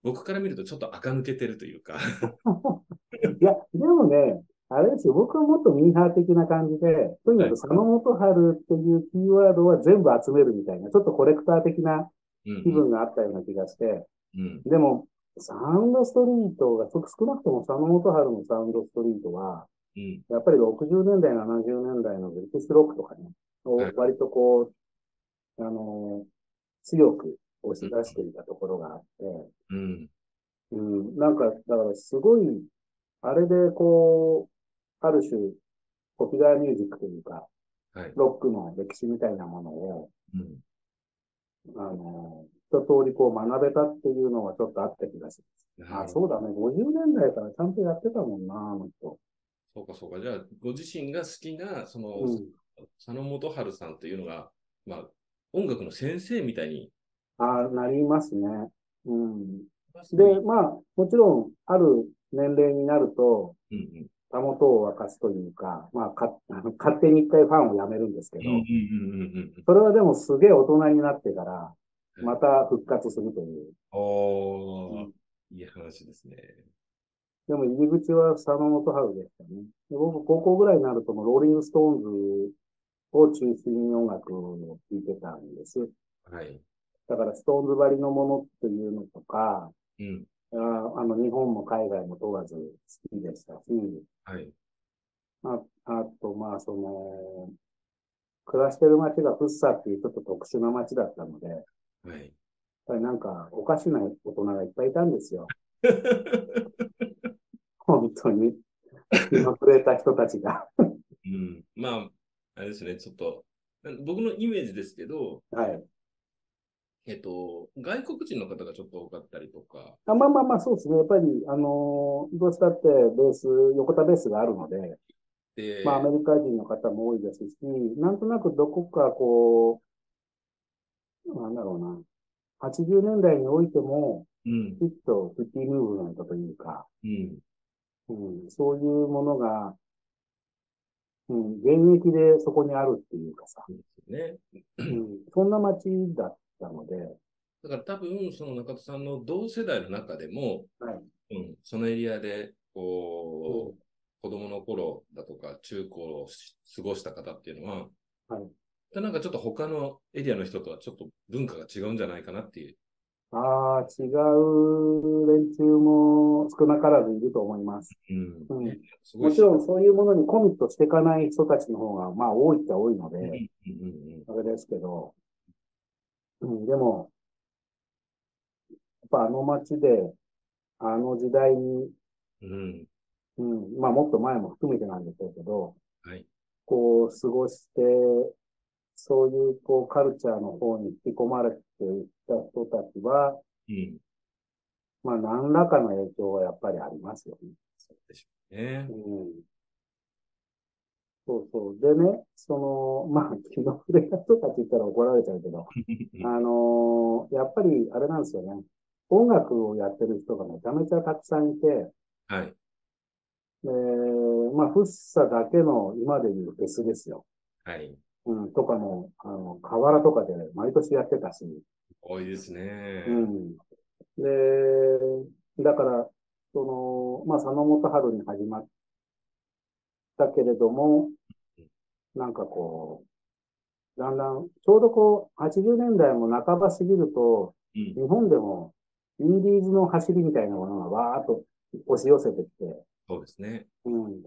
僕から見るとちょっと垢抜けてるという か、いや、でもね、あれですよ、僕はもっとミーハー的な感じで、とにかく佐野元春っていうキーワードは全部集めるみたいな、ちょっとコレクター的なうん気分があったような気がして、うんでも、サウンドストリートが、少少なくとも佐野元春のサウンドストリートは、うんやっぱり60年代、70年代のブリティスロックとかね、をはい割とこう、あのー強く押し出していたところがあって、うん。うん、なんか、だからすごい、あれでこう、ある種、ポピュラーミュージックというか、はい。ロックの歴史みたいなものを、うん。あの、一通りこう学べたっていうのはちょっとあった気がします。あ、う。そうだね。50年代からちゃんとやってたもんな、あの人。そうか、そうか。じゃあ、ご自身が好きな、その、うん。佐野元春さんというのが、まあ、音楽の先生みたいに。あ、なりますね。うん。でで、まあ、もちろん、ある年齢になると、うんうん。たもとを沸かすというか、まあ、か、あの勝手に一回ファンをやめるんですけうどんう、んうんうんうん。それはでもすげえ大人になってから、いまた復活するという。おーうん、いい話ですね。でも入り口は佐野元春でしたね。で僕、高校ぐらいになるともうローリングストーンズを中心に音楽を聴いてたんです。はい。だからストーンズばりのものっていうのとか、うん。ああの、日本も海外も問わず好きでしたし、はい。ああと、まあ、その、暮らしてる街がフッサっていうちょっと特殊な街だったので、やっはい。ぱりなんかおかしな大人がいっぱいいたんですよ。本当に。今くれた人たちが。うん。まあ、あれですね、ちょっと、僕のイメージですけど、はい。えっと、外国人の方がちょっと多かったりとか、あまあまあまあ、そうですね。やっぱり、あのーどうしたってベース、横田ベースがあるので、で、まあアメリカ人の方も多いですし、なんとなくどこかこう、なんだろうな、80年代においても、うん、きっとフティームーブメントというか、うん、うん、そういうものが、うん、現役でそこにあるっていうかさ、 そうですよね。うん、そんな街だったので、だから多分、その中田さんの同世代の中でも、はい。うん、そのエリアで、こう、子供の頃だとか、中高をし過ごした方っていうのは、はいでなんかちょっと他のエリアの人とはちょっと文化が違うんじゃないかなっていう。ああ、違う連中も少なからずいると思います。うんうんねすごいもちろんそういうものにコミットしていかない人たちの方が、まあ多いっちゃ多いのうん、で、うん、うん。あれですけど、うん、でも、やっぱあの街で、あの時代に、うん。うん、まあもっと前も含めてなんでしょうけど、はい。こう過ごして、そういうこうカルチャーの方に引き込まれていった人たちは、うん。まあ何らかの影響はやっぱりありますよね。そうでしょうねう。んそうそう。でね、その、まあ、気の触れ方とかって言ったら怒られちゃうけど、あのーやっぱりあれなんですよね。音楽をやってる人がめちゃめちゃたくさんいて、はい。えまあ、フッサだけの今でいうフェスですよ。はい。うん、とかも、あの、河原とかで毎年やってたし、多いですね。うん。で、だから、その、まあ、佐野元春に始まったけれどもう、なんかこう、だんだん、ちょうどこう、80年代も半ば過ぎると、うん日本でも、インディーズの走りみたいなものがわーっと押し寄せてきて、そうですね。うん。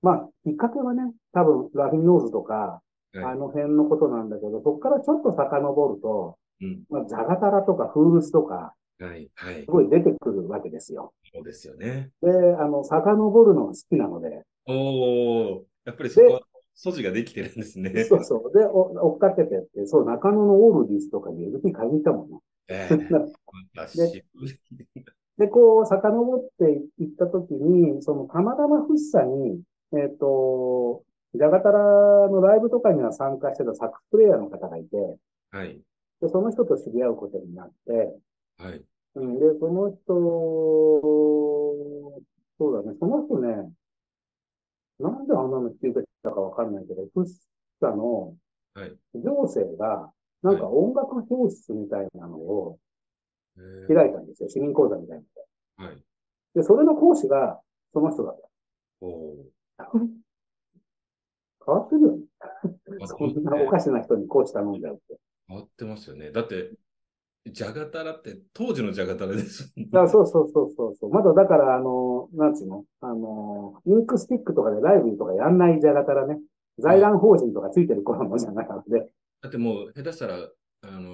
まあ、きっかけはね、多分、ラフィンノーズとか、はいあの辺のことなんだけど、そこからちょっと遡ると、うんまあ、ザガタラとかフールスとか、はい。はいす。ごい出てくるわけですよ。そうですよね。で、あの、遡るのが好きなので、おお、やっぱりそこは素地ができてるんですね。そうそう。で、お追っかけてって、そう、中野のオールディーズとかに LP 買いに行ったもんね。ええまた渋いで、こう、遡っていったときに、その、たまたまフッサに、えっ、と、ジャガタラのライブとかには参加してたサックスプレイヤーの方がいて、はい。で、その人と知り合うことになって、はい。うん、で、その人、そうだね、その人ね、なんであんなの引き受けたかわかんないけど、フッサのはい。行政が、なんか音楽教室みたいなのをえー開いたんですよ。市民講座みたいなのはい。で、それの講師が、その人だっおおた。 変わってるよね。ー。まあそんなおかしな人に講師頼んじゃうって。変わってますよね。だって、ジャガタラって当時のジャガタラですもんね。 あそうそうそうそうそう。まだだから、あの、なんつうのあの、インクスティックとかでライブとかやんないじゃがたらね、財団法人とかついてる頃のじゃなかったので、だってもう下手したら、あの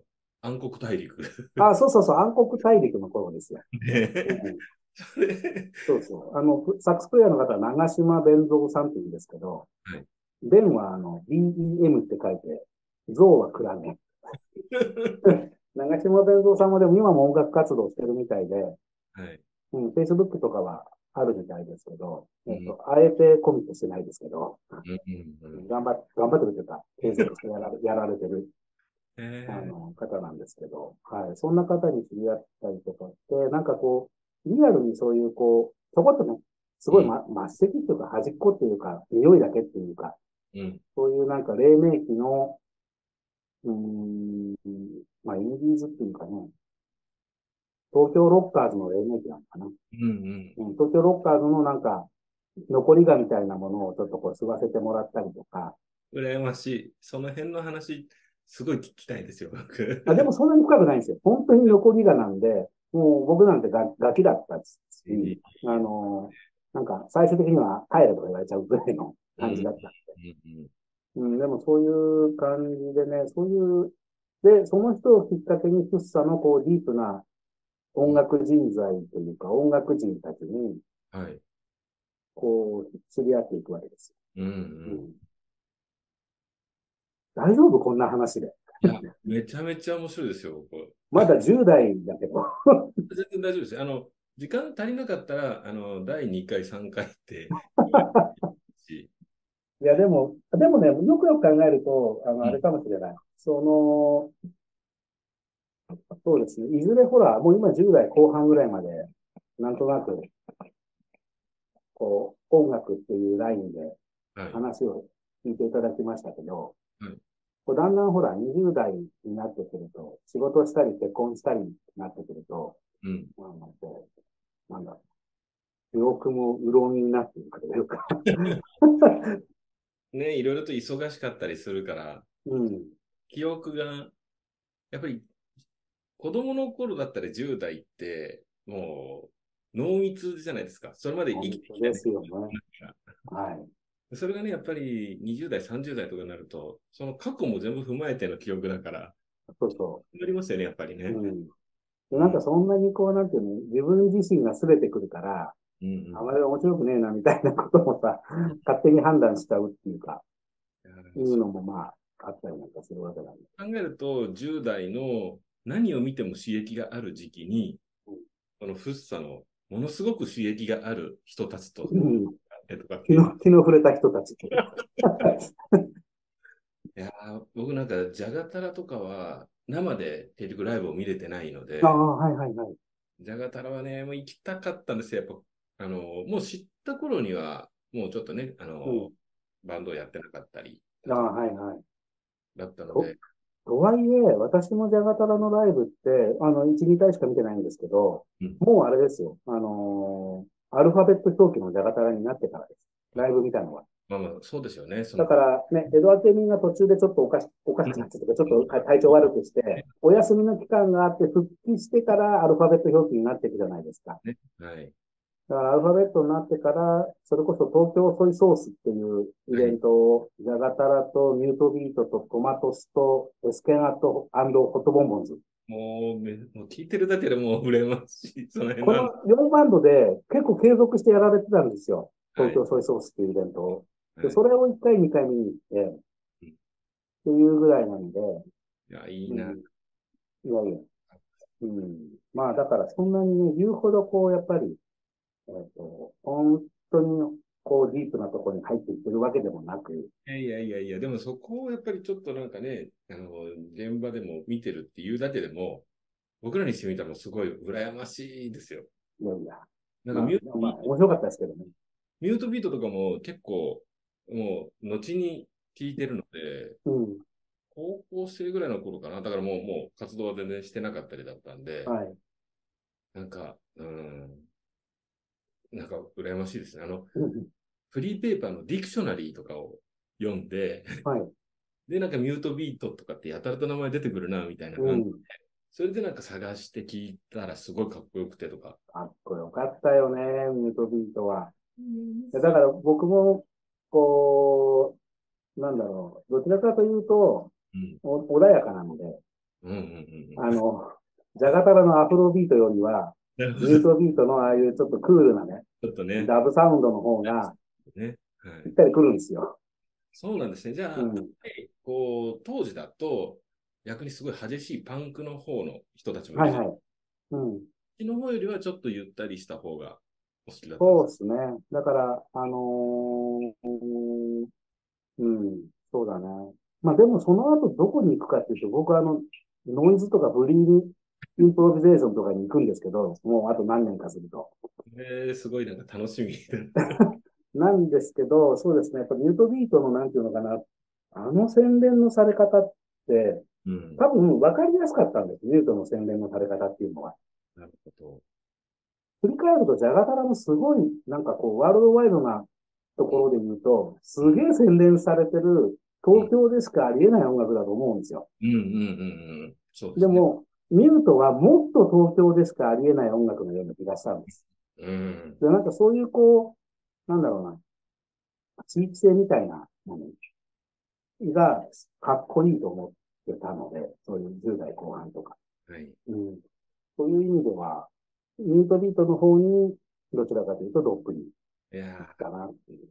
ー暗黒大 陸。あ、そうそうそう、暗黒大陸の頃ですよ。ねうんそれそうそう。あの、サックスプレイヤーの方は長島弁蔵さんって言うんですけど、はい弁はあの、BEM って書いて、蔵は暗 め。長島弁蔵さんもでも今も音楽活動してるみたいで、はい。うん、Facebook とかはあるみたいですけど、えっと、あえてコミットしてないですけど、うんうんうん頑張って、頑張ってるというか、継続してやられやられてる、えあーの、方なんですけど、はい。そんな方に知り合ったりとかって、なんかこう、リアルにそういうこう、ちょこっとね、すごい、ま、末席っていうか、端っこっていうか、匂いだけっていうか、うんそういうなんか黎明期の、うーん、まあ、インディーズっていうかね、東京ロッカーズの黎明期なのかな。うんうん東京ロッカーズのなんか、残りがみたいなものをちょっとこう吸わせてもらったりとか、うん。羨ましい。その辺の話、すごい聞きたいですよ、僕。あでもそんなに深くないんですよ。本当に残りがなんで、もう僕なんてガガキだったし、うんあのーなんか最終的には帰れとか言われちゃうぐらいの感じだった。うんうん、でもそういう感じでね、そういう、で、その人をきっかけに、フッサのこうディープな音楽人材というか、音楽人たちに、うんはい。こう、知り合っていくわけですようんうん。大丈夫こんな話で。いや、めちゃめちゃ面白いですよ、僕。まだ10代だけど。全然大丈夫です。あの、時間足りなかったら、あの、第2回、3回って。しいや、でも、でもね、よくよく考えると、あうんの、あれかもしれない。その、そうですね。いずれほら、もう今10代後半ぐらいまで、なんとなく、こう、音楽っていうラインではい。話を聞いていただきましたけど、はいこうだんだんほら、20代になってくると、仕事したり結婚したりになってくると、うん。まあまあこうなんだろう。右翼も右論になっていくというか。ね、いろいろと忙しかったりするから、うん。記憶が、やっぱり、子供の頃だったら10代って、もう、濃密じゃないですか。それまで生きてきた、ですよね。はい。それがね、やっぱり20代、30代とかになると、その過去も全部踏まえての記憶だから、そうそなりますよね、やっぱりね。う。うん。でなんかそんなにこう、なんていうの、自分自身が全てくるから、うんうんあまり面白くねえな、みたいなこともさ、勝手に判断しちゃうっていうか、いうのもまあ、あったりなんかするわけなんで。考えると、10代の何を見ても刺激がある時期にうん、このフッサのものすごく刺激がある人たちとう、ん。えとかって気の、気の触れた人たち。 いやー僕なんか、ジャガタラとかは、生で結局ライブを見れてないのであ、あ、はいはいはい。ジャガタラはね、もう行きたかったんですよ。やっぱ、あのー、もう知った頃には、もうちょっとね、あのー、うバンドをやってなかったり、ああ、はいはい。だったので、とはいえ、私もジャガタラのライブって、あの、1、2回しか見てないんですけど、うんもうあれですよ。あのーアルファベット表記のジャガタラになってからです。ライブ見たのは。まあまあ、そうですよね。そのだからね、エドワケミンが途中でちょっとおかし、おかしくなっちゃったとか、ちょっと体調悪くして、お休みの期間があって復帰してからアルファベット表記になっていくじゃないですか。はい。だからアルファベットになってから、それこそ東京ソイソースっていうイベントを、ジャガタラとニュートビートとトマトスとエスケンアットホットボンボンズ。もう、めもう聞いてるだけでもう羨ましい。その辺こなの4バンドで結構継続してやられてたんですよ。東は京ソイソースっていうイベントを。いで、それを1回、2回見に行って、うんっていうぐらいなんで、はいいや、いいうん、いな。やいや。うん、まあ、だからそんなにね、言うほどこう、やっぱり、えっ、と、本当にこう、ディープなところに入っていってるわけでもなく、いやいやいやいや、でもそこをやっぱりちょっとなんかね、あの、現場でも見てるっていうだけでも、僕らにしてみたらもうすごい羨ましいですよ。いやいや。なんまかあ、ミュート、まあ、面白かったですけどね。ミュートビートとかも結構、もう、後に聞いてるので、うん。高校生ぐらいの頃かな。だからもう、もう活動は全然してなかったりだったんで、はい。なんか、うん、なんか羨ましいですね。あの、うんフリーペーパーのディクショナリーとかを読んで、 はい。で、なんかミュートビートとかってやたらと名前出てくるな、みたいなう感じん。それでなんか探して聞いたらすごいかっこよくてとか。かっこよかったよね、ミュートビートは。いやだから僕も、こう、なんだろう、どちらかというと、うん。お穏やかなので、うんうんうん。あの、ジャガタラのアフロビートよ りは、なるほニどュートビートのああいうちょっとクールなね、ちょっとね。ダブサウンドの方がねはいぴったりくるんで すよ。そうなんですね。じゃあ、うん。こう、当時だと、逆にすごい激しいパンクの方の人たちもはいるはい。うん。そっちの方よりはちょっとゆったりした方がお好きだったんそうでですね。だから、あのーうん、そうだね。まあでもその後どこに行くかっていうと、僕はあの、ノイズとかブリーグ、インプロビゼーションとかに行くんですけど、もうあと何年かすると。すね。えーすごいなんか楽 しみ。なんですけど、そうですね。やっぱニュートビートのなんていうのかな、あの洗練のされ方って、うん。多分分かりやすかったんです。ニュートの洗練のされ方っていうのは。なるほ振り返ると、ジャガタラもすごい、なんかこう、ワールドワイドなところで言うと、すげえ洗練されてる、東京でしかありえない音楽だと思うんですよ。ど。うんうんうんうん。そうですでね。も、ミュートはもっと東京でしかありえない音楽のような気がしたんです。うん。で、なんかそういうこう、なんだろうな、地域性みたいなものが、かっこいいと思ってたので、そういう10代後半とか。はい。うん。そういう意味では、ミュートビートの方に、どちらかというとどっぷりいやかなっていう。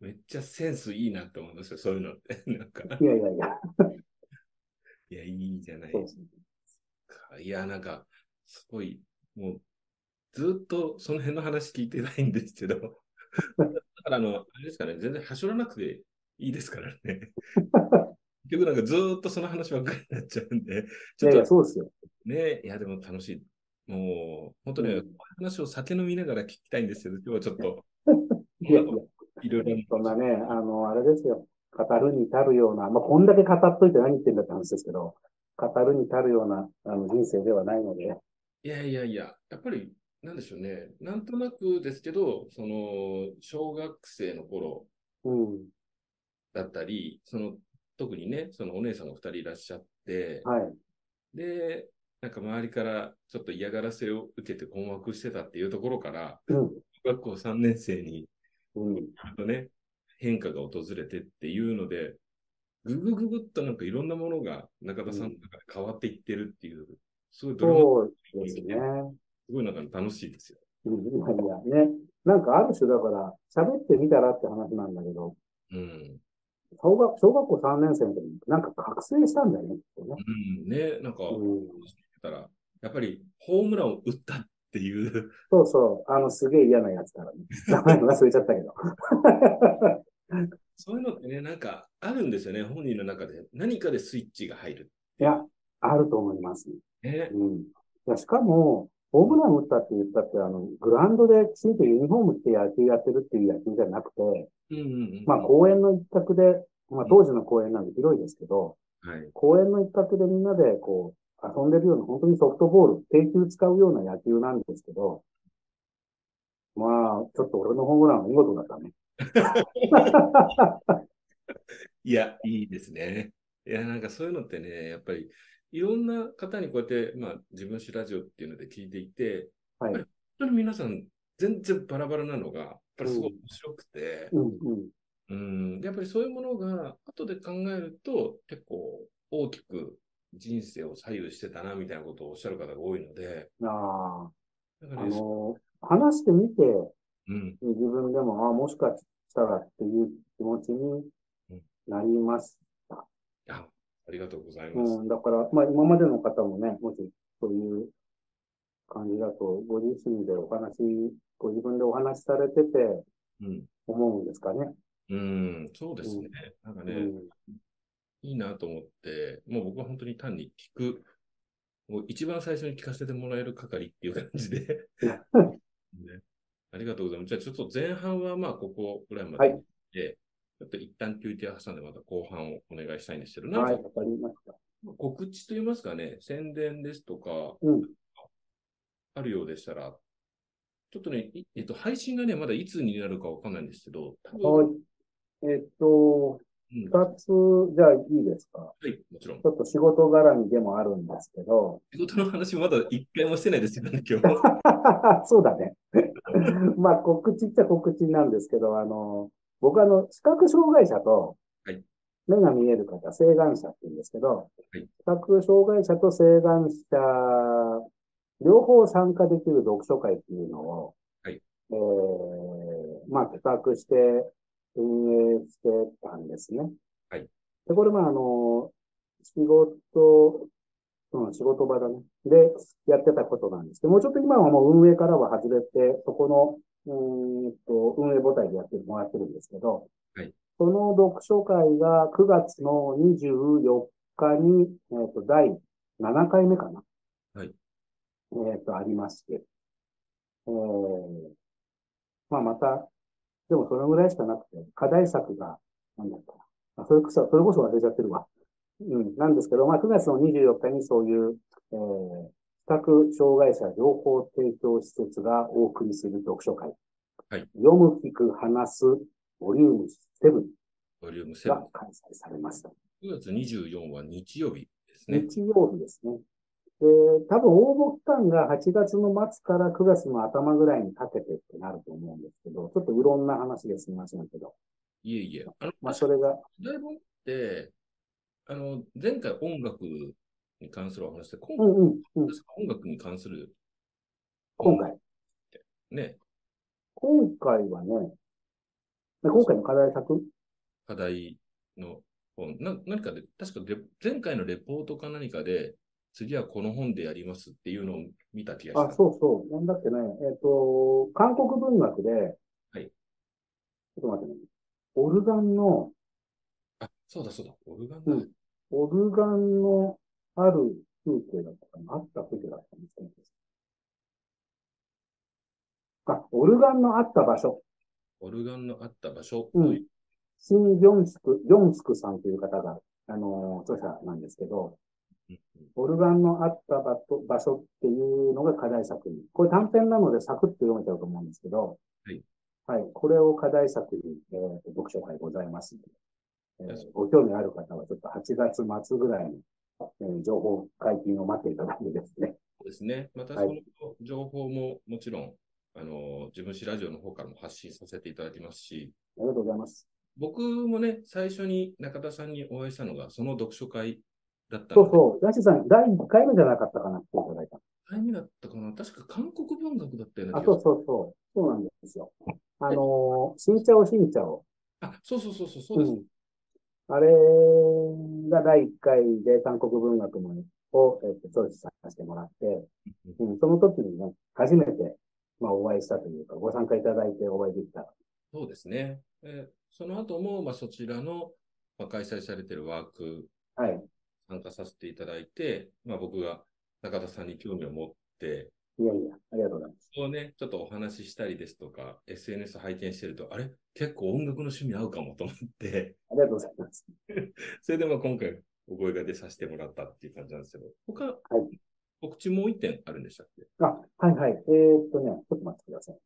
ーめっちゃセンスいいなって思いますよ。そういうのって。 なんか、いやいやいや、いや、いいじゃないそうでですすね。か。いや、なんか、すごい、もう、ずっとその辺の話聞いてないんです けど、だからあの、あれですかね、全然走らなくていいですからね。 結局なんかずーっとその話ばっかりになっちゃうんで、いちょっやいとや、そうですよ。ね、いや、でも楽しい。もう、本当ね、うんこの話を酒飲みながら聞きたいんですけど、今日はちょっと、いやいや、いろいろ。そんなね、あの、あれですよ。語るに至るような、まあ、こんだけ語っといて何言ってんだって話ですけど、語るに至るような、あの、人生ではないので、いやいやいや、やっぱり、なんでしょうね。なんとなくですけど、その、小学生の頃うん。だったり、その、特にね、そのお姉さんが二人いらっしゃって、はい。で、なんか周りからちょっと嫌がらせを受けて困惑してたっていうところから、うん。小学校3年生にうん。あとね、変化が訪れてっていうので、ぐぐぐぐっとなんかいろんなものが中田さんの中で変わっていってるっていう、すごいドラマ、そうですね。すごいなんか楽しいですよ。うん。いやいや、ね。なんかある種だから、喋ってみたらって話なんだけど、うん。小学小学校3年生の時に、なんか覚醒したんだよね、きっとね。うん、ね、なんか、うん。たら、やっぱりホームランを打ったっていう、そうそう。あの、すげえ嫌なやつからね。 名前忘れちゃったけど。そういうのってね、なんかあるんですよね、本人の中で。何かでスイッチが入る。いや、あると思います。ね。うん。いや、しかも、ホームラン打ったって言ったって、あの、グラウンドできちんとユニフォーム着て野球やってるっていう野球じゃなくて、うんうんうん。まあ、は公園の一角で、まあ、当時の公園なんで広いですけど、い。公園の一角でみんなで、こう、遊んでるような、本当にソフトボール、定球使うような野球なんですけど、まあ、ちょっと俺のホームランは見事だったね。いや、いいですね。いや、なんかそういうのってね、やっぱり、いろんな方にこうやって、まあ、自分史ラジオっていうので聞いていて、 はい。本当に皆さん、全然バラバラなのが、やっぱりすごい面白くて、うん、うん。うん、やっぱりそういうものが、後で考えると、結構大きく人生を左右してたな、みたいなことをおっしゃる方が多いので、あだかあ、らあね、の、話してみて、うん、自分でも、ああ、もしかしたらっていう気持ちになります。あありがとうございます。うん、だから、まあ今までの方もね、もしそういう感じだと、ご自身でお話、ご自分でお話しされててうん、思うんですかね。うん、そうですね。なんかうね、ん。いいなと思って、もう僕は本当に単に聞く、もう一番最初に聞かせてもらえる係っていう感 じで。ねありがとうございます。じゃあちょっと前半はまあここぐらいまではいで、ちょっと一旦休憩を挟んでまた後半をお願いしたいんですけど、なんはい、かわかりました。告知といいますかね、宣伝ですとかうん。あるようでしたら、ちょっとね、いえっと、配信がね、まだいつになるかわかんないんですけど、多分はい。えっと、うんは二つ、じゃあいいですか。い、もちろんち。ょっと仕事絡みでもあるんですけど、仕事の話まだ一回もしてないですよね、 今日。そうだね。 まあ、告知っちゃ告知なんですけど、あの、僕はあの、視覚障害者とはい、目が見える方、請願者って言うんですけど、はい視覚障害者と請願者、両方参加できる読書会っていうのを、はいえーまあ、企画して運営してたんですね。はいで、これ、まあ、あの、仕事、うん、仕事場だね。で、やってたことなんですけど、もうちょっと今はもう運営からは外れて、そこの、うーんと、運営母体でやってもらってるんですけど、その読書会が9月の24日に、えっ、と、第7回目かな。はい。えっ、と、ありまして。えー、まあ、また、でもそれぐらいしかなくて、課題作が、なんだったかな。あそれこそ、それこそ忘れちゃってるわ。うん、なんですけど、まあ、9月の24日にそういう、えー、視覚障害者情報提供施設がお送りする読書会。はい。読む、聞く、話す、ボリューム7。ボリューム7。が開催されました。 9月24は日曜日ですね。日曜日ですね。で、多分応募期間が8月の末から9月の頭ぐらいにかけてってなると思うんですけど、ちょっとうろんな話ですみませんけど、いえいえ。あの、まあ確かそれが、に台本って、あの、前回音楽に関するお話で、今う回、んうんうん、音楽に関する、今。回。ね、今回はね、で今回の課題作課題の本。な何かで、確かレ前回のレポートか何かで、次はこの本でやりますっていうのを見た気があ、した。そうそう。なんだっけね、えっ、と、韓国文学で、はいちょっと待ってね。オルガンの、あ、そうだそうだ。オルガンうだ。んオルガンのある風景だったかなあった風景だったんですけど。あ、オルガンのあった場所。オルガンのあった場所うとんいう、シン・ヨンスク、ヨンスクさんという方が、あの、著者なんですけど、オルガンのあった場所場所っていうのが課題作に。これ短編なのでサクッと読めちゃうと思うんですけど、はい。はい。これを課題作に、えーと読書会ございますので、えよーしご興味ある方はちょっと8月末ぐらいに、えー情報解禁を待っていただいてですね。そうですね。またはいその情報ももちろん、あの、自分史ラジオの方からも発信させていただきますし、ありがとうございます。僕もね、最初に中田さんにお会いしたのが、その読書会だったそので、うそう。ヤシさん、第1回目じゃなかったかなっていただいた。 1回目だったかな確か韓国文学だったようなあ、気そがうする。そうそう。そうなんですよ。あのー、新茶を新茶を。あ、そうそうそうそう、そううです。ん。あれが第1回で韓国文学のを、えっと、調査させてもらって、うん、その時にね、初めて、まあ、お会いしたというか、ご参加いただいてお会いできた。そうですね。えーその後も、まあ、そちらの、まあ、開催されているワーク、はい。参加させていただいて、まあ、僕が中田さんに興味を持って、いやいや、ありがとうございます。こうね、ちょっとお話ししたりですとか、SNS 拝見してると、あれ結構音楽の趣味合うかもと思って、 ありがとうございます。それでまあ今回お声が出させてもらったっていう感じなんですけど、他、告知もう一点あるんでしたっけあ、はいはい。えーっとね、ちょっと待ってください。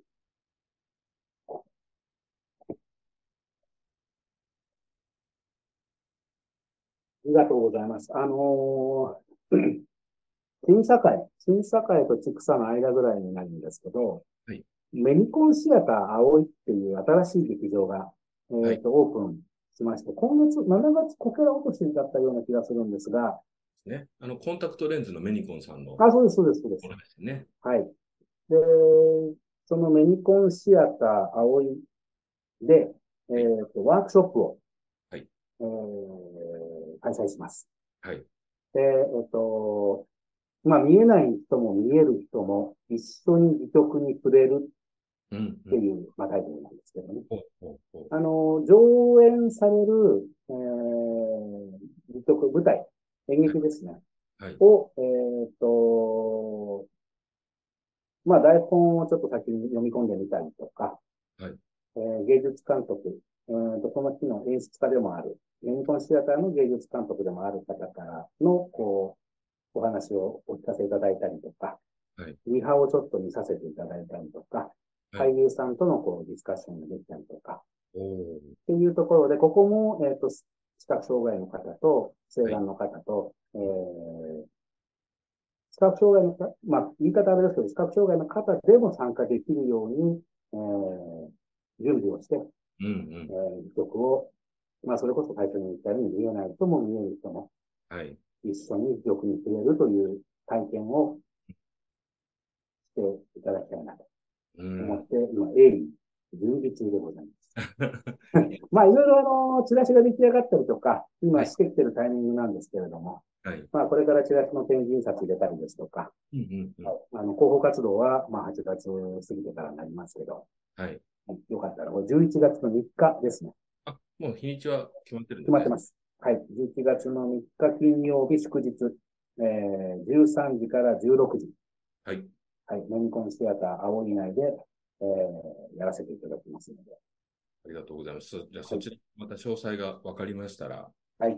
ありがとうございます。あのー 審査会、審査会と千草の間ぐらいになるんですけど、はいメニコンシアター葵っていう新しい劇場が、えーっと、オープンしまして、今月、7月こけら落としだったような気がするんですが、ね。あの、コンタクトレンズのメニコンさんのもあ、そうです、そうです、そうです。のですね。はい。で、そのメニコンシアター葵で、えいーとワークショップを、はいえー開催します。はい。で、えっ、と、まあ、見えない人も見える人も一緒に戯曲に触れるうん、っうてん。いう、まあ、タイトルなんですけどね。ほうほうほあの、上演される、えー、戯曲、舞台、演劇ですね。うはい。を、えーっと、まあ、台本をちょっと先に読み込んでみたりとか、はいえー芸術監督、うーんとこの日の演出家でもある、ユニコンシアターの芸術監督でもある方からの、こう、お話をお聞かせいただいたりとか、はいリハをちょっと見させていただいたりとか、はい俳優さんとのこうディスカッションができたりとか、おーっていうところで、ここも、えっ、と、視覚障害の方と、生眼の方と、えー視覚障害の方、まあ、言い方あれですけど、視覚障害の方でも参加できるように、えー準備をして、うん、うんえ。ー、曲を、えまあ、それこそ最初に言ったように、見えない人も見える人もはい。一緒に欲に触れるという体験をしていただきたいなとう思っん。て、今、鋭意準備中でございます。 まあ、いろいろ、あの、チラシが出来上がったりとか、今してきてるタイミングなんですけれども、はい。まあ、これからチラシの展示印刷入れたりですとか、うんうんうん。あの、広報活動は、まあ、8月過ぎてからになりますけど、はい。よかったら、これ11月の3日ですね。あ、もう日にちは決まってるんですね決まってます。はい。11月の3日金曜日祝日、えー、13時から16時。はい。はい。飲み込みシアター青い内で、えー、やらせていただきますので。ありがとうございます。そじゃあ、そちら、また詳細が分かりましたら、はい。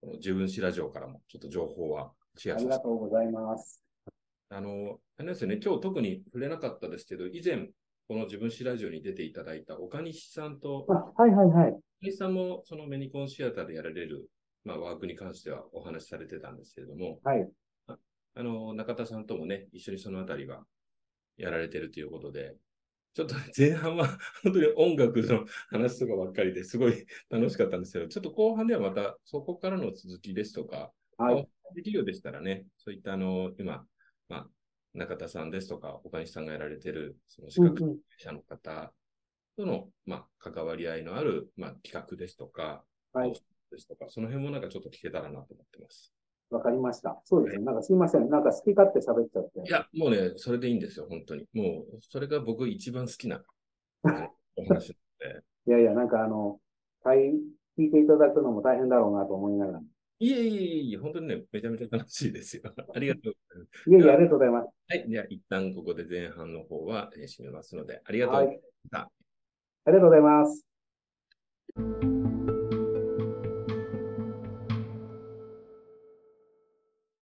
この自分史ラジオからもちょっと情報はシェアあさせりてがとうございます。あの、あれですよね、今日特に触れなかったですけど、以前、この自分史ラジオに出ていただいた岡西さんと、あ、はいはいはい。岡西さんもそのメニコンシアターでやられる、まあ、ワークに関してはお話しされてたんですけれども、はい。あの、中田さんともね、一緒にそのあたりはやられてるということで、ちょっとね前半は本当に音楽の話とかばっかりですごい楽しかったんですけど、ちょっと後半ではまたそこからの続きですとか、はい。できるようでしたらね、そういったあの、今、まあ、中田さんですとか、岡西さんがやられてる、その視うん覚うん者の方との、まあ、関わり合いのある、まあ、企画ですとか、はいですとか、その辺もなんかちょっと聞けたらなと思ってます。わかりました。そうですね。なんかすいません。なんか好き勝手喋っちゃって。いや、もうね、それでいいんですよ、本当に。もう、それが僕一番好き な、はいお話。いやいや、なんかあの、大聞いていただくのも大変だろうなと思いながら。いえいえいえいえ、本当にね、めちゃめちゃ楽しいですよ。ありがとうございます。いやいや、ありがとうございます。はい、では一旦ここで前半の方はえー締めますので、ありがとうございますはい。ありがとうございます。